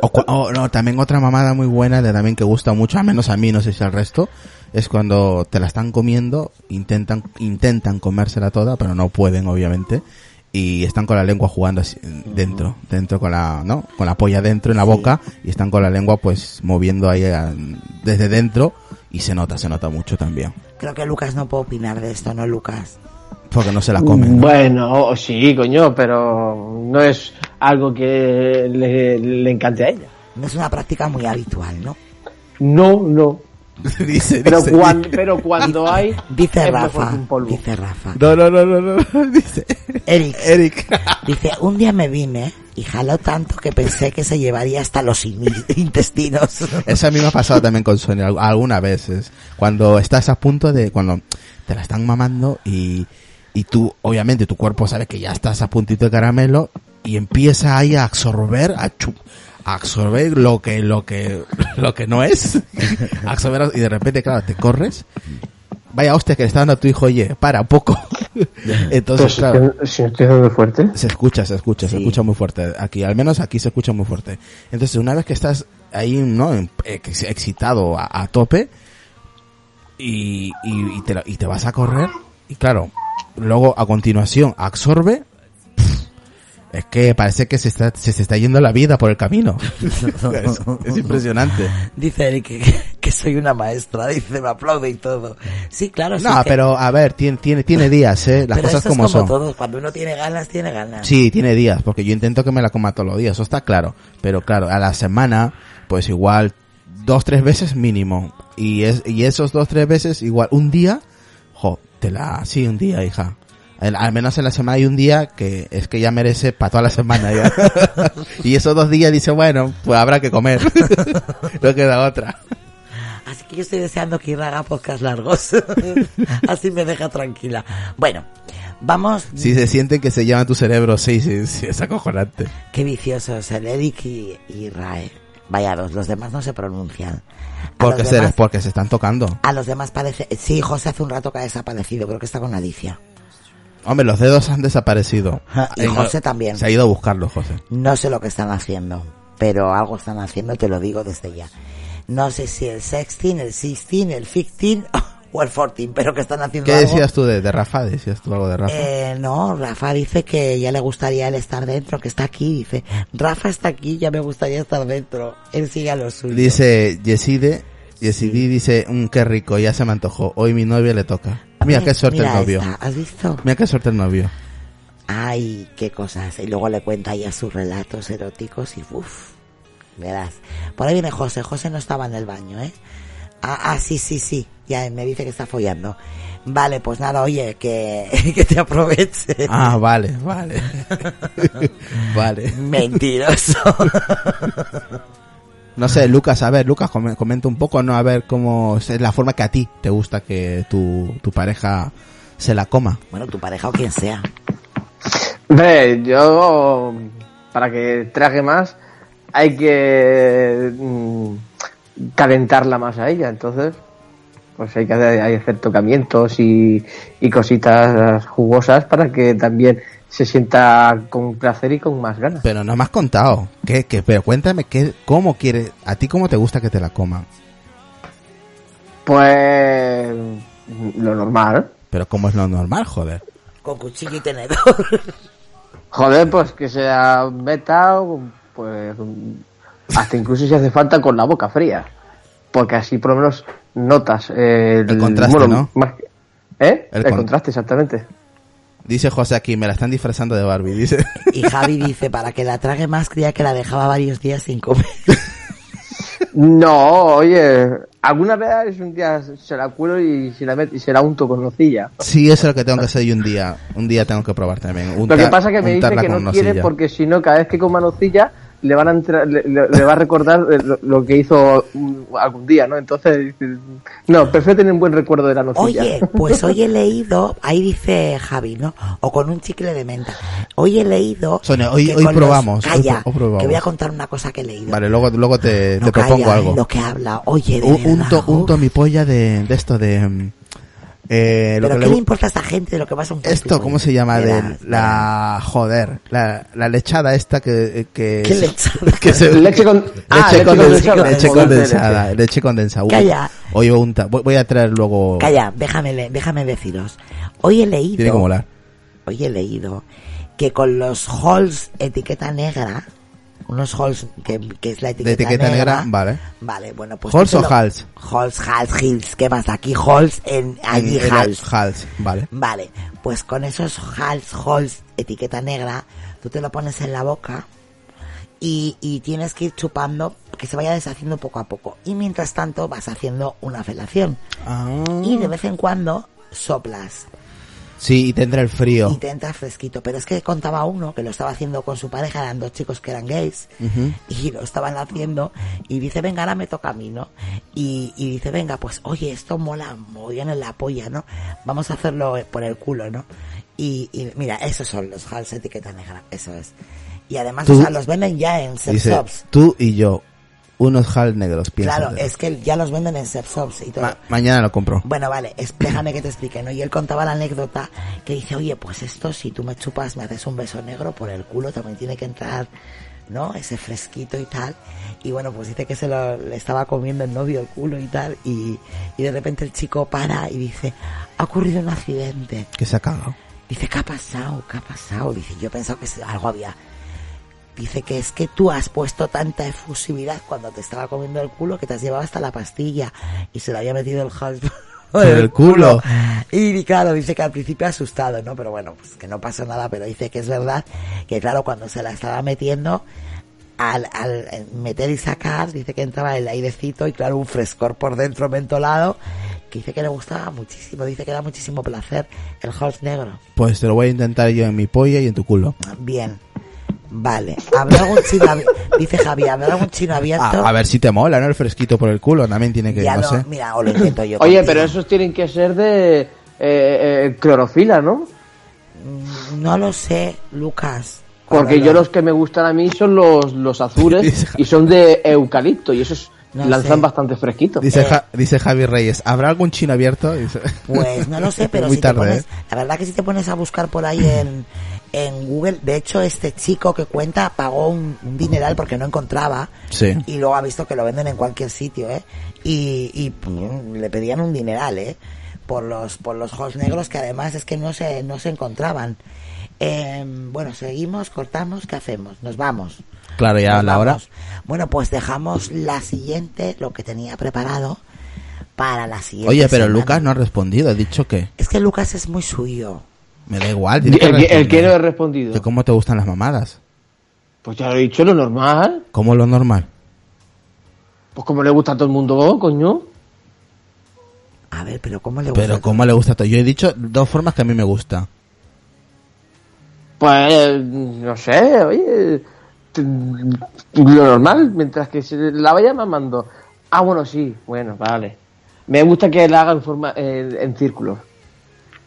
A: O, cua- o, no, también otra mamada muy buena de también que gusta mucho, al menos a mí, no sé si al resto, es cuando te la están comiendo, intentan, intentan comérsela toda, pero no pueden, obviamente, y están con la lengua jugando así, dentro, dentro con la, ¿no? Con la polla dentro en la boca, y están con la lengua pues moviendo ahí a- desde dentro, y se nota, se nota mucho también.
B: Creo que Lucas no puede opinar de esto, ¿no, Lucas?
A: Porque no se la comen. ¿no?
C: Bueno, sí, coño, pero no es algo que le, le encante a ella.
B: No es una práctica muy habitual, ¿no?
C: No, no.
A: *laughs* dice,
C: Pero,
A: dice,
C: cuan- pero cuando hay.
B: Dice
C: es mejor
B: Rafa,
C: que un polvo.
B: dice Rafa.
A: No, no, no, no, no, *laughs* dice
B: Eric,
A: Eric.
B: dice, un día me vine y jaló tanto que pensé que se llevaría hasta los in- *laughs* intestinos.
A: Eso a mí me ha pasado también con Sonia al- algunas veces. Cuando estás a punto de, cuando te la están mamando y, y tú, obviamente, tu cuerpo sabe que ya estás a puntito de caramelo y empieza ahí a absorber, a chu- a absorber lo que, lo que, *laughs* lo que no es. *laughs* A absorber, y de repente, claro, te corres. Vaya hostia que le está dando a tu hijo, oye, para un poco. *laughs*
C: Pues
A: Entonces, claro.
C: Si no estoy dando fuerte.
A: Se escucha, se escucha, se
B: Sí.
A: escucha muy fuerte. Aquí, al menos aquí se escucha muy fuerte. Entonces, una vez que estás ahí, ¿no? En- ex- Excitado a, a tope y, y, y te, la- y te vas a correr, y claro, luego a continuación absorbe. pff, Es que parece que se está, se, se está yendo la vida por
B: *laughs*
A: el camino. es, es impresionante.
B: Dice Eric que, que soy una maestra, dice, me aplaude y todo. Sí, claro, sí
A: No,
B: que-
A: pero a ver, tiene, tiene, tiene días, ¿eh? Las
B: pero
A: cosas
B: esto es
A: como,
B: como
A: son.
B: todo, cuando uno tiene ganas, tiene ganas.
A: Sí, tiene días, porque yo intento que me la coma todos los días, eso está claro. Pero claro, a la semana, pues igual dos, tres veces mínimo. Y, es, y esos dos, tres veces igual un día, jo, te la, sí, un día, hija. Al- al menos en la semana hay un día que es que ya merece para toda la semana ya. y esos dos días dice, bueno, pues habrá que comer. no queda otra.
B: Así que yo estoy deseando que Irra haga podcast
A: *laughs*
B: largos. Así me deja tranquila. Bueno, vamos.
A: Si se siente que se llama tu cerebro, sí, sí, sí, es acojonante.
B: Qué viciosos el Eric y, y Irra. eh. Vaya dos, los demás no se pronuncian. A
A: Porque
B: los
A: se,
B: demás-
A: porque se están tocando.
B: A los demás parece... Sí, José hace un rato que ha desaparecido, creo que está con Alicia.
A: Hombre, los dedos han desaparecido.
B: Ja, y
A: Eh,
B: José también.
A: Se ha ido a buscarlo, José.
B: No sé lo que están haciendo, pero algo están haciendo, te lo digo desde ya. No sé si el sexting, el sixteen, el fifteen *laughs* o el fourteen, pero que están haciendo
A: ¿Qué
B: algo.
A: decías tú de, de Rafa? ¿Decías tú algo de Rafa?
B: Eh, no, Rafa dice que ya le gustaría él estar dentro, que está aquí, dice, Rafa está aquí, ya me gustaría estar dentro, él sigue a lo suyo.
A: dice Yeside, Yesidí dice, un qué rico, ya se me antojó, hoy mi novia le toca. Mira qué suerte
B: Eh, Mira
A: el novio.
B: esta, ¿Has visto?
A: Mira qué suerte
B: *laughs*
A: el novio.
B: Ay, qué cosas. Y luego le cuenta ya sus relatos eróticos y uff. Verás. Por ahí viene José. José no estaba en el baño, ¿eh? Ah, ah, sí, sí, sí. Ya me dice que está follando. Vale, pues nada, oye, que, *laughs* que te aproveche.
A: Ah, vale, vale. *laughs* vale.
B: Mentiroso.
A: No sé, Lucas, a ver, Lucas, come- comenta un poco, ¿no? A ver cómo es la forma que a ti te gusta que tu, tu pareja se la coma.
B: *laughs* bueno, tu pareja o quien sea.
C: Hombre, yo para que traje más hay que mm, calentarla más a ella, entonces pues hay que hacer, hay que hacer tocamientos y, y cositas jugosas para que también se sienta con placer y con más ganas.
A: Pero no me has contado. ¿Qué, qué? Pero cuéntame, qué, ¿cómo quieres? ¿A ti cómo te gusta que te la coman?
C: Pues lo normal.
A: Pero ¿cómo es lo normal, joder?
B: Con cuchillo y tenedor.
C: Joder, pues que sea beta o pues hasta incluso si hace falta con la boca fría. Porque así por lo menos notas eh,
A: El contraste, ¿no?
C: más que- ¿Eh?
A: El
C: El,
A: con- *laughs*
C: contraste, exactamente.
A: Dice José aquí, me la están disfrazando de Barbie, dice.
B: Y Javi dice, para que la trague más, creía que la dejaba varios días sin comer.
C: No, oye, alguna vez un día se la cuelo y se la, met- y se la unto con nocilla.
A: Sí, eso es lo que tengo que hacer y un día, un día tengo que probar también.
C: Lo que
A: untar-
C: pasa es que me dice
A: untarla
C: que
A: con
C: no quiere
A: nocilla.
C: porque si no, cada vez que coma nocilla le, van a entrar- le, le- le va a recordar eh, lo, lo que hizo mm, algún día, ¿no? Entonces, dice, no, prefiero tener un buen recuerdo de la nocilla.
B: Oye, pues hoy he leído, ahí dice Javi, ¿no? O con un chicle de menta. Hoy he leído.
A: Sonia, hoy-
B: que
A: hoy
B: con los-
A: probamos, hoy
B: Calla,
A: pro- hoy probamos.
B: que voy a contar una cosa que he leído.
A: Vale, luego, luego te,
B: No
A: te
B: calla,
A: propongo
B: eh,
A: algo.
B: Lo que habla, oye, de
A: Un,
B: verdad,
A: unto,
B: uf.
A: unto mi polla de, de esto de... mm, Eh, lo
B: Pero
A: que
B: ¿qué
A: le-
B: le importa a esta gente de lo que pasa un
A: esto, ¿cómo se llama? De la, joder, la, la lechada esta que... eh, que
B: ¿Qué le
A: *laughs* que
C: *laughs*
A: se-
C: Leche con- ah,
A: *laughs* leche
C: leche
A: condensada,
C: condensada.
A: leche condensada,
C: Leche.
A: leche condensada. Uy,
B: Calla.
A: Hoy voy a untar- voy, voy a traer luego...
B: Calla, déjame, le- déjame deciros. Hoy he leído.
A: Tiene que molar.
B: Hoy he leído que con los halls etiqueta negra, unos halls que, que es la etiqueta,
A: etiqueta negra, vale.
B: Vale, bueno, pues.
A: ¿Halls
B: tú te
A: o
B: lo-
A: halls?
B: Halls, halls, hills, ¿qué más? Aquí halls, en, allí
A: En- en-
B: halls.
A: Hals, vale.
B: Vale, pues con esos halls, halls, etiqueta negra, tú te lo pones en la boca y, y tienes que ir chupando que se vaya deshaciendo poco a poco. Y mientras tanto vas haciendo una felación. Y de vez en cuando soplas
A: Sí, y tendrá el frío.
B: y te entra fresquito. Pero es que contaba uno que lo estaba haciendo con su pareja, eran dos chicos que eran gays, y lo estaban haciendo, y dice, venga, ahora me toca a mí, ¿no? Y, y dice, venga, pues oye, esto mola muy bien en la polla, ¿no? Vamos a hacerlo eh, por el culo, ¿no? Y, y mira, esos son los hals etiqueta negra, eso es. Y además,
A: Tú-
B: o sea, los venden ya en sex
A: Dice,
B: shops.
A: tú y yo, unos hal negros, piensa.
B: Claro, es que ya los venden en sex shops y todo.
A: mañana lo compro.
B: Bueno, vale, es- déjame que te explique, ¿no? Y él contaba la anécdota que dice, oye, pues esto, si tú me chupas, me haces un beso negro por el culo, también tiene que entrar, ¿no? Ese fresquito y tal. Y bueno, pues dice que se lo le estaba comiendo el novio el culo y tal. Y, y de repente el chico para y dice, ha ocurrido un accidente.
A: Que se ha cagado.
B: Dice, ¿qué ha pasado? ¿Qué ha pasado? Dice, yo pensaba que algo había. Dice que es que tú has puesto tanta efusividad cuando te estaba comiendo el culo que te has llevado hasta la pastilla y se le había metido el hals por
A: Por el culo.
B: Y claro, dice que al principio asustado, ¿no? Pero bueno, pues que no pasó nada, pero dice que es verdad que claro, cuando se la estaba metiendo, al, al eh, meter y sacar, dice que entraba el airecito y claro, un frescor por dentro mentolado, que dice que le gustaba muchísimo, dice que da muchísimo placer el hals negro.
A: Pues te lo voy a intentar yo en mi polla y en tu culo.
B: Bien. Vale. ¿Habrá algún chino abierto? Dice Javi, ¿habrá algún chino abierto?
A: Ah, A, a ver si te mola, ¿no? El fresquito por el culo también tiene que,
B: ya
A: no,
B: no,
A: sé.
B: mira, o lo intento yo.
C: Oye,
B: contigo.
C: pero esos tienen que ser de eh, eh, clorofila, ¿no?
B: No lo sé, Lucas.
C: Porque
B: Cuando
C: yo
B: lo-
C: los que me gustan a mí son los,
A: *laughs*
C: los azules y son de eucalipto y esos
B: No
C: lanzan
B: sé.
C: bastante fresquito.
A: Dice, Ja- dice Javi Reyes, ¿habrá algún chino abierto? Dice-
B: Pues no lo
A: *laughs*
B: sé, pero
A: Muy
B: si
A: tarde,
B: te pones,
A: ¿eh?
B: la verdad que si te pones a buscar por ahí en, en Google, de hecho este chico que cuenta pagó un, un dineral porque no encontraba
A: Sí.
B: y luego ha visto que lo venden en cualquier sitio, ¿eh? Y, y pum, le pedían un dineral, ¿eh? Por los por los ojos negros que además es que no se no se encontraban. Eh, bueno, seguimos, cortamos, ¿qué hacemos? Nos vamos.
A: Claro, ya a
B: Nos
A: la hora.
B: vamos. Bueno, pues dejamos la siguiente, lo que tenía preparado para la siguiente.
A: Oye, pero
B: semana.
A: Lucas no ha respondido, ha dicho que
B: Es que Lucas es muy suyo.
A: me da igual.
C: El,
A: tiene que
C: que- el que no he
A: responder.
C: respondido.
A: Que ¿Cómo te gustan las mamadas?
C: Pues ya lo he dicho, lo normal.
A: ¿Cómo lo normal?
C: Pues como le gusta a todo el mundo, oh, coño.
B: A ver, pero ¿cómo le gusta?
A: Pero ¿cómo le gusta todo? Yo he dicho dos formas que a mí me gusta.
C: Pues no sé, oye. t- Lo normal, mientras que se la vaya mamando. Ah, bueno, sí, bueno, vale. Me gusta que la haga en forma en, en círculos.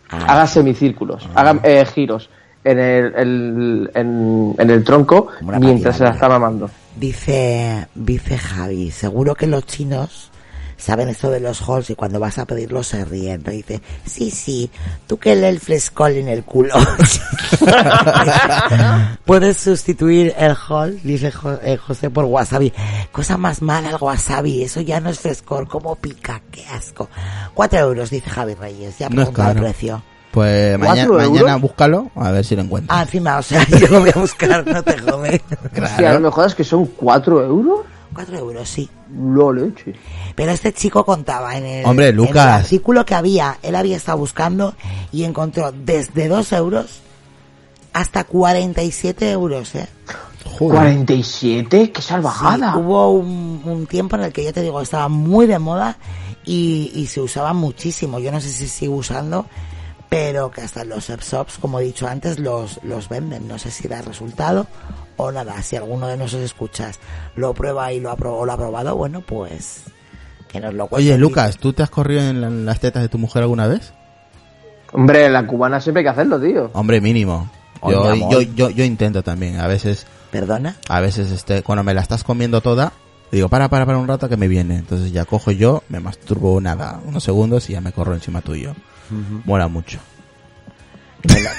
C: Haga
B: Ah,
C: semicírculos, haga eh, giros en el, el- en, en el tronco
B: Como una
C: mientras se la
B: patinadora.
C: está mamando.
B: Dice, dice Javi, seguro que los chinos saben esto de los halls y cuando vas a pedirlo se ríen. Te dice, sí, sí, tú que le el frescol en el culo. *laughs* Puedes sustituir el hall, dice Jo- eh, José, por wasabi. Cosa más mala el wasabi, eso ya no es frescor, como pica, qué asco. Cuatro euros, dice Javi Reyes, ya
A: No es
B: pregunta el
A: caro.
B: precio.
A: Pues
C: ¿Cuatro
A: mañana,
C: euros?
A: mañana búscalo, a ver si lo encuentras.
B: Ah, encima, o sea, *laughs* yo lo voy a buscar, no te jode.
C: Sí, a lo mejor es que son 4 euros.
B: Cuatro euros, sí.
C: Lo leche.
B: Pero este chico contaba en el,
A: Hombre,
B: en el
A: Lucas.
B: artículo que había, él había estado buscando y encontró desde 2 euros hasta 47 euros, ¿eh?
A: Joder.
C: 47, qué salvajada.
B: Sí, hubo un, un tiempo en el que, ya te digo, estaba muy de moda y, y se usaba muchísimo. Yo no sé si sigue usando, pero que hasta en los sex shops, como he dicho antes, los, los venden. No sé si da resultado o nada. Si alguno de nosotros escuchas lo prueba y lo ha, pro- o lo ha probado, bueno, pues que nos lo cuente
A: Oye,
B: aquí.
A: Lucas, ¿tú te has corrido en la- en las tetas de tu mujer alguna vez?
C: Hombre, la cubana siempre hay que hacerlo, tío.
A: Hombre, mínimo.
B: Ay,
A: Yo,
B: mi amor.
A: yo, yo, yo intento también. A veces,
B: ¿Perdona?
A: a veces, este, cuando me la estás comiendo toda, digo, para, para, para un rato que me viene. Entonces ya cojo yo, me masturbo nada, unos segundos y ya me corro encima tuyo. Mola mucho.
B: Me lo,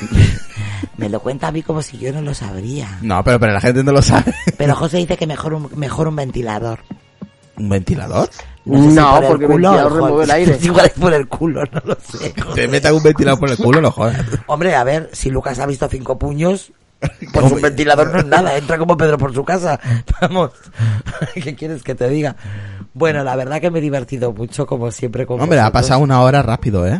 B: me lo cuenta a mí como si yo no lo
A: *laughs*
B: sabría.
A: *laughs* No, pero, pero la gente no lo sabe.
B: Pero José dice que mejor un, mejor un ventilador.
A: ¿Un ventilador?
B: sé si
C: No,
B: por el
C: porque el
B: culo o
C: ventilador
B: el *laughs*
C: remueve el
B: hall.
C: aire.
B: Igual es por el culo, no lo
A: *laughs*
B: sé.
A: Te metan un ventilador por el culo, no
C: *laughs*
A: jodas.
B: Hombre, a ver, si Lucas ha visto cinco
A: *laughs*
B: puños, pues un ventilador no es nada, entra como Pedro por su casa. *laughs* Vamos, ¿qué quieres que te diga? Bueno, la verdad que me he divertido mucho, como siempre. Con
A: Hombre, ha
B: vosotros.
A: pasado una hora rápido, ¿eh?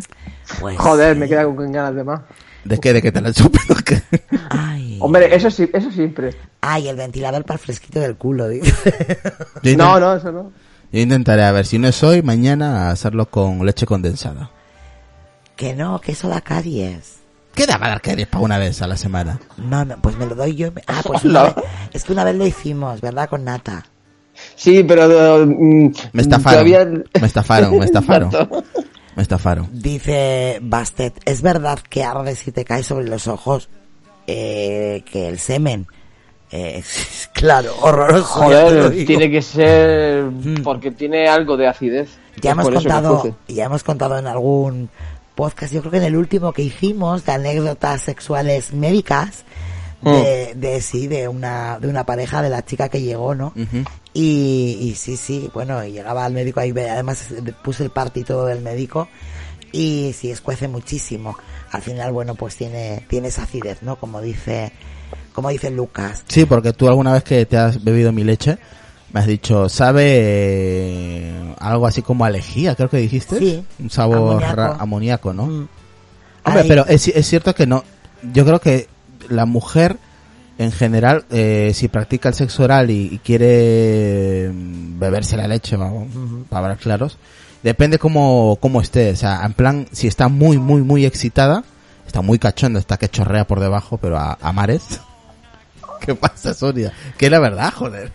B: Pues
C: Joder,
B: sí.
C: me queda con con ganas de más.
A: ¿De qué? ¿De que te la chupen o
C: *laughs*
A: qué?
B: Ay.
C: Hombre, eso sí, eso siempre.
B: Ay, el ventilador para el fresquito del culo, dice. *laughs*
A: Yo
C: No,
A: inten-
C: no, eso no.
A: Yo intentaré, a ver, si no es hoy, mañana hacerlo con leche condensada.
B: que no, que eso da caries.
A: ¿Qué da para dar caries para una vez a la semana?
B: No, no, pues me lo doy yo. y me- Ah,
A: *laughs*
B: pues una
C: Hola.
B: vez- es que una vez lo hicimos, ¿verdad? Con Nata.
C: Sí, pero. eh, mm,
A: Me estafaron.
C: todavía-
A: Me estafaron, me estafaron.
C: *laughs* Exacto.
A: Me estafaron.
B: Dice Bastet, ¿es verdad que arde si te cae sobre los ojos eh, que el semen? Eh, *laughs* claro, horroroso. ya te lo
C: Joder,
B: digo.
C: tiene que ser. Porque tiene algo de acidez.
B: ya
C: Es
B: hemos
C: por eso que
B: contado,
C: cuece.
B: ya hemos contado en algún podcast, yo creo que en el último que hicimos, de anécdotas sexuales médicas,
C: Mm.
B: de, de sí, de una, de una pareja, de la chica que llegó, ¿no? y, y sí, sí, bueno, y llegaba al médico ahí, ve- además eh, puse el parte y todo del médico, y sí, escuece muchísimo. Al final, bueno, pues tiene, tiene esa acidez, ¿no? Como dice, como dice Lucas.
A: Sí, porque tú alguna vez que te has bebido mi leche, me has dicho, sabe eh, algo así como alejía, creo que dijiste.
B: Sí.
A: Un sabor
B: Amoníaco.
A: ra- amoníaco, ¿no?
B: Mm.
A: Hombre,
B: Ay,
A: pero es, es cierto que no. Yo creo que la mujer, en general, eh, si practica el sexo oral y, y quiere mm, beberse la leche, vamos, para hablar claros, depende cómo, cómo esté. O sea, en plan, si está muy, muy, muy excitada, está muy cachonda, está que chorrea por debajo, pero a, a mares. *laughs* ¿Qué pasa, Sonia? Que es la verdad, joder.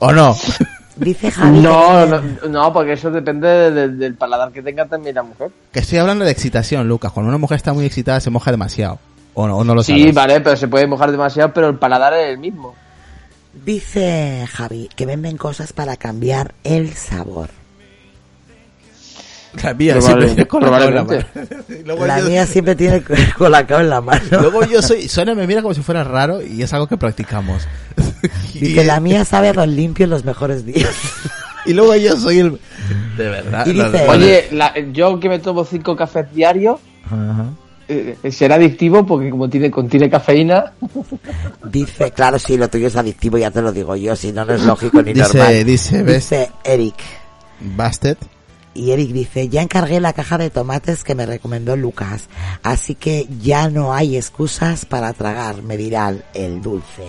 A: ¿O no?
B: Dice Javi.
C: No,
B: que-
C: no, no, porque eso depende de- de- del paladar que tenga también la mujer.
A: Que estoy hablando de excitación, Lucas. Cuando una mujer está muy excitada, se moja demasiado. ¿O no, o no lo
C: Sí,
A: Pues sabes?
C: vale, pero se puede mojar demasiado, pero el paladar es el mismo.
B: Dice Javi que venden cosas para cambiar el sabor.
A: La mía
C: Probable-
A: siempre con la cola en la mano.
B: *laughs*
A: luego,
B: La
A: yo,
B: mía siempre tiene *laughs* el colacao en la mano.
A: luego yo soy, Sonia me mira como si fuera raro y es algo que
B: *laughs*
A: practicamos. y,
B: Dice, la mía sabe a los limpios los mejores días. *laughs*
A: y luego yo soy el... De verdad.
B: Y
A: no,
B: dice-
A: no,
C: Oye, la- yo que me tomo cinco cafés diarios, eh, será adictivo porque como tiene contiene cafeína, *laughs*
B: Dice, claro, sí, lo tuyo es adictivo, ya te lo digo yo, si no, no es lógico ni
A: Dice-
B: normal.
A: dice, ¿ves?
B: Dice Eric.
A: Bastet.
B: Y Eric dice, ya encargué la caja de tomates que me recomendó Lucas, así que ya no hay excusas para tragar, me dirá el- el dulce.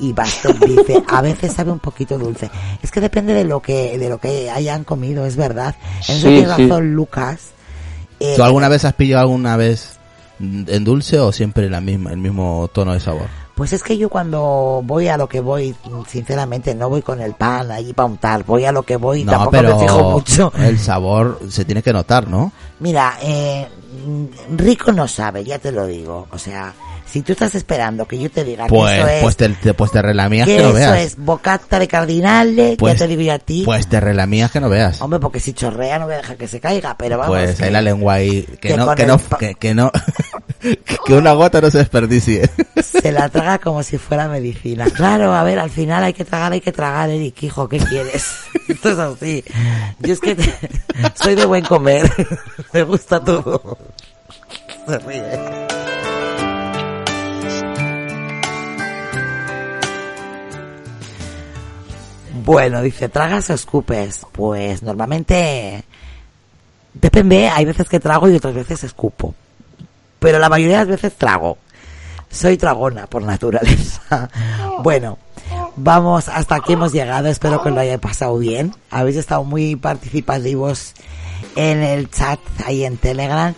B: Y
C: *laughs*
B: Bastet dice, a veces sabe un poquito dulce. Es que depende de lo que, de lo que hayan comido, es verdad. En eso
C: Sí,
B: tiene
C: sí.
B: razón Lucas. Eh,
A: ¿Tú alguna vez has pillado alguna vez en dulce o siempre la misma, el mismo tono de sabor?
B: Pues es que yo cuando voy a lo que voy, sinceramente no voy con el pan allí para untar, voy a lo que voy y tampoco me fijo mucho.
A: el sabor se tiene que notar, ¿no?
B: Mira, eh, mm, rico no sabe, ya te lo digo. O sea, Si tú estás esperando que yo te diga que
A: Pues,
B: eso es,
A: pues, te, te- pues te relamías
B: que
A: que no
B: eso
A: veas.
B: es bocata de cardinales,
A: Pues-
B: ya te digo yo a ti.
A: Pues te relamías que no veas.
B: Hombre, porque si chorrea no voy a dejar que se caiga, pero vamos.
A: pues
B: que-
A: ahí la lengua ahí. Que
B: que
A: no,
B: con
A: que
B: el
A: no,
B: pa-
A: que, que no. *laughs* que una gota no se desperdicie. *laughs*
B: Se la traga como si fuera medicina. Claro, a ver, al final hay que tragar, hay que tragar, Eric, hijo, ¿qué quieres? *laughs* Esto es así. Yo es que te- soy de buen comer. *laughs* Me gusta todo. Se ríe. Bueno, dice, ¿tragas o escupes? Pues normalmente depende, hay veces que trago y otras veces escupo. Pero la mayoría de las veces trago. Soy tragona por naturaleza. bueno, vamos, hasta aquí hemos llegado. Espero que lo hayáis pasado bien. Habéis estado muy participativos en el chat, ahí en Telegram.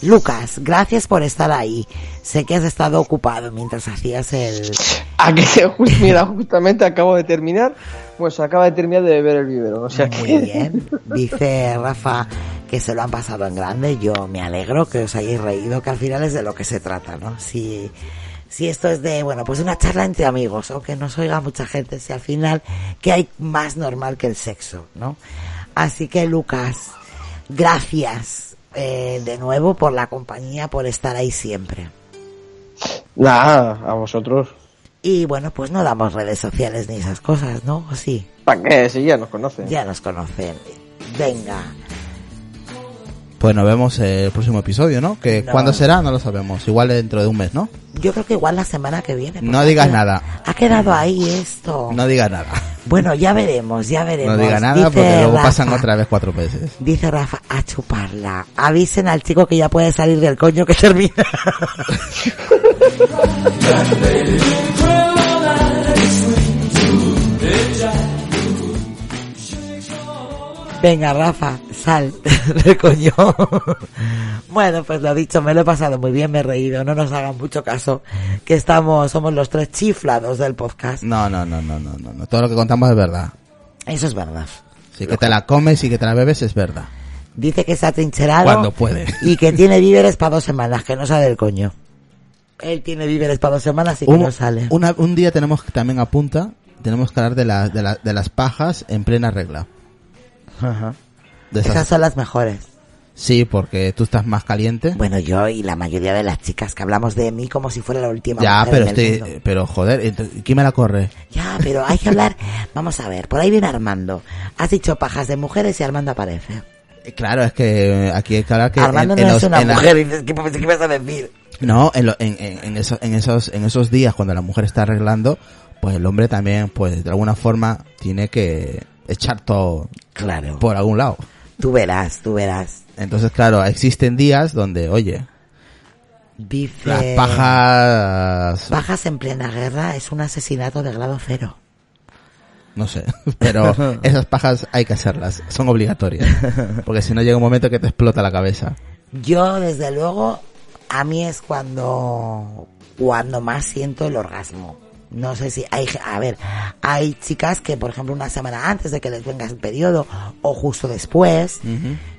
B: Lucas, gracias por estar ahí. Sé que has estado ocupado mientras hacías el...
C: A que se-
B: *laughs*
C: just- mira, justamente acabo de terminar. Pues acaba de terminar de beber el vivero. O sea
B: Muy
C: que.
B: bien. Dice Rafa que se lo han pasado en grande. Yo me alegro que os hayáis reído, que al final es de lo que se trata, ¿no? Si, si esto es de, bueno, pues una charla entre amigos, aunque no se oiga mucha gente, si al final que hay más normal que el sexo, ¿no? Así que Lucas, gracias eh, de nuevo por la compañía, por estar ahí siempre.
C: *laughs* Nada, a vosotros.
B: Y bueno, pues no damos redes sociales ni esas cosas, ¿no? ¿O sí?
C: ¿Para qué? Si ya nos conocen.
B: Ya nos conocen. Venga.
A: Pues nos vemos el próximo episodio, ¿no? Que
B: No.
A: cuándo será no lo sabemos. Igual dentro de un mes, ¿no?
B: Yo creo que igual la semana que viene. porque
A: No
B: ha
A: digas
B: queda-
A: nada.
B: Ha quedado ahí esto.
A: No digas nada.
B: Bueno, ya veremos, ya veremos.
A: No digas nada
B: Dice
A: porque luego
B: Rafa-
A: pasan otra vez cuatro veces.
B: Dice Rafa, a chuparla. Avisen al chico que ya puede salir del coño que *laughs* termina. Venga, Rafa, sal *laughs* del coño. bueno, pues lo dicho, me lo he pasado muy bien, me he reído. No nos hagan mucho caso, que estamos, somos los tres chiflados del podcast.
A: No, no, no, no, no, no, no. Todo lo que contamos es verdad.
B: Eso es verdad.
A: Sí que te la comes y que te la bebes es verdad.
B: Dice que se ha trincherado. *laughs*
A: Cuando puede.
B: Y que tiene víveres para dos semanas, que no sale del coño. Él tiene víveres para dos semanas y que
A: Un,
B: no sale.
A: una- un día tenemos que también apunta, tenemos que hablar de, la- de, la- de las pajas en plena regla. De esas-
B: Esas son las mejores.
A: Sí, porque tú estás más caliente.
B: Bueno, yo y la mayoría de las chicas que hablamos de mí como si fuera la última.
A: ya,
B: mujer
A: pero
B: del mundo.
A: estoy, pero joder, ent- ¿quién me la corre?
B: Ya, pero hay que hablar. Vamos a ver, por ahí viene Armando. Has dicho pajas de mujeres y Armando aparece.
A: Eh, Claro, es que eh, aquí hay que hablar que
B: Armando no
A: los-
B: es una
A: en la-
B: mujer. y dices, ¿qué, qué vas a decir?
A: No, en, lo- en, en- en esos, en, esos, en esos días cuando la mujer está arreglando, pues el hombre también, pues de alguna forma, tiene que echar todo
B: Claro.
A: por algún lado.
B: Tú verás, tú verás.
A: Entonces, claro, existen días donde, oye,
B: Dice.
A: las pajas,
B: Pajas en plena guerra es un asesinato de grado cero.
A: no sé, *laughs*
B: *laughs*
A: pero esas pajas hay que hacerlas, son obligatorias. Porque si no llega un momento que te explota la cabeza.
B: Yo, desde luego, a mí es cuando, cuando más siento el orgasmo. No sé si hay, a ver, hay chicas que, por ejemplo, una semana antes de que les venga el periodo o justo después,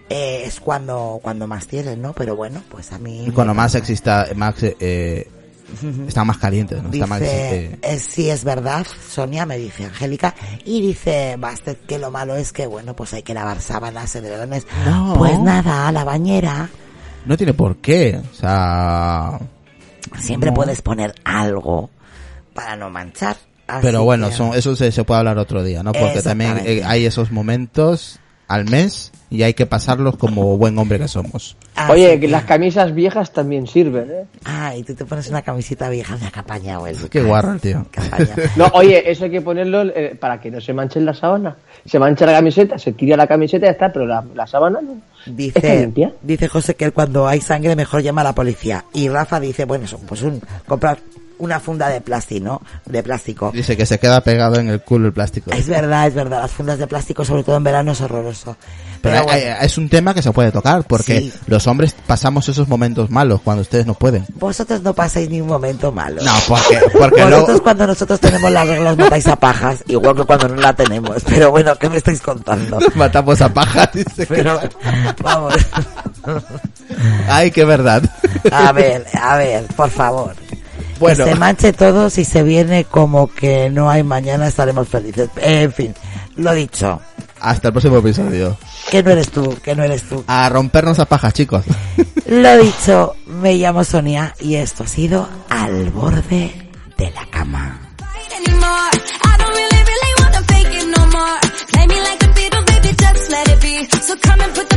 B: eh, es cuando, cuando más tienen, ¿no? Pero bueno, pues a mí.
A: Y cuando más exista, más, eh, están más calientes, ¿no? Está más,
B: Dice,
A: eh,
B: eh, sí es verdad, Sonia me dice Angélica, y dice Bastet que lo malo es que, bueno, pues hay que lavar sábanas, en leones.
A: No.
B: Pues nada, a la bañera.
A: no tiene por qué, o sea,
B: Pues Siempre puedes poner algo para no manchar. Así
A: Pero bueno,
B: que-
A: son, eso se, se puede hablar otro día, ¿no? Porque también
B: Exactamente.
A: eh, hay esos momentos al mes y hay que pasarlos como buen hombre que somos.
B: así
C: Oye, que
B: que-
C: las camisas viejas también sirven, ¿eh?
B: Ay, tú te pones una camiseta vieja de campaña, güey.
A: Qué guarro,
B: *laughs*
A: el tío. *laughs*
B: Campaña.
C: *laughs* No, oye, eso hay que ponerlo eh, para que no se manchen las sábanas. Se mancha la camiseta, se tira la camiseta y ya está, pero la, la sábana no. ¿Está
B: Dice,
C: limpia?
B: dice José que él cuando hay sangre mejor llama a la policía. Y Rafa dice, bueno, eso, pues un, comprar una funda de plástico, ¿no? De plástico.
A: Dice que se queda pegado en el culo el plástico.
B: Es verdad, es verdad. Las fundas de plástico, sobre todo en verano, es horroroso.
A: Pero hay-
B: bueno.
A: hay- es un tema que se puede tocar porque
B: Sí.
A: los hombres pasamos esos momentos malos cuando ustedes no pueden.
B: Vosotros no pasáis ni un momento malo.
A: No, porque, porque no.
B: Vosotros cuando nosotros tenemos las reglas matáis a pajas, igual que cuando no la tenemos. Pero bueno, ¿qué me estáis contando?
A: *laughs* Matamos a paja, dice
B: *laughs*
A: que
B: Pero vamos,
A: Ay, qué verdad.
B: a ver, a ver, por favor. Que se manche todo si se viene como que no hay mañana, estaremos felices. En fin, lo dicho.
A: Hasta el próximo episodio.
B: Que no eres tú, que no eres tú.
A: A rompernos a pajas, chicos.
B: Lo dicho, me llamo Sonia y esto ha sido Al borde de la cama.
E: fight anymore. I don't really, really wanna fake it no more. Play me like a fiddle, baby, just let it be. So come and put the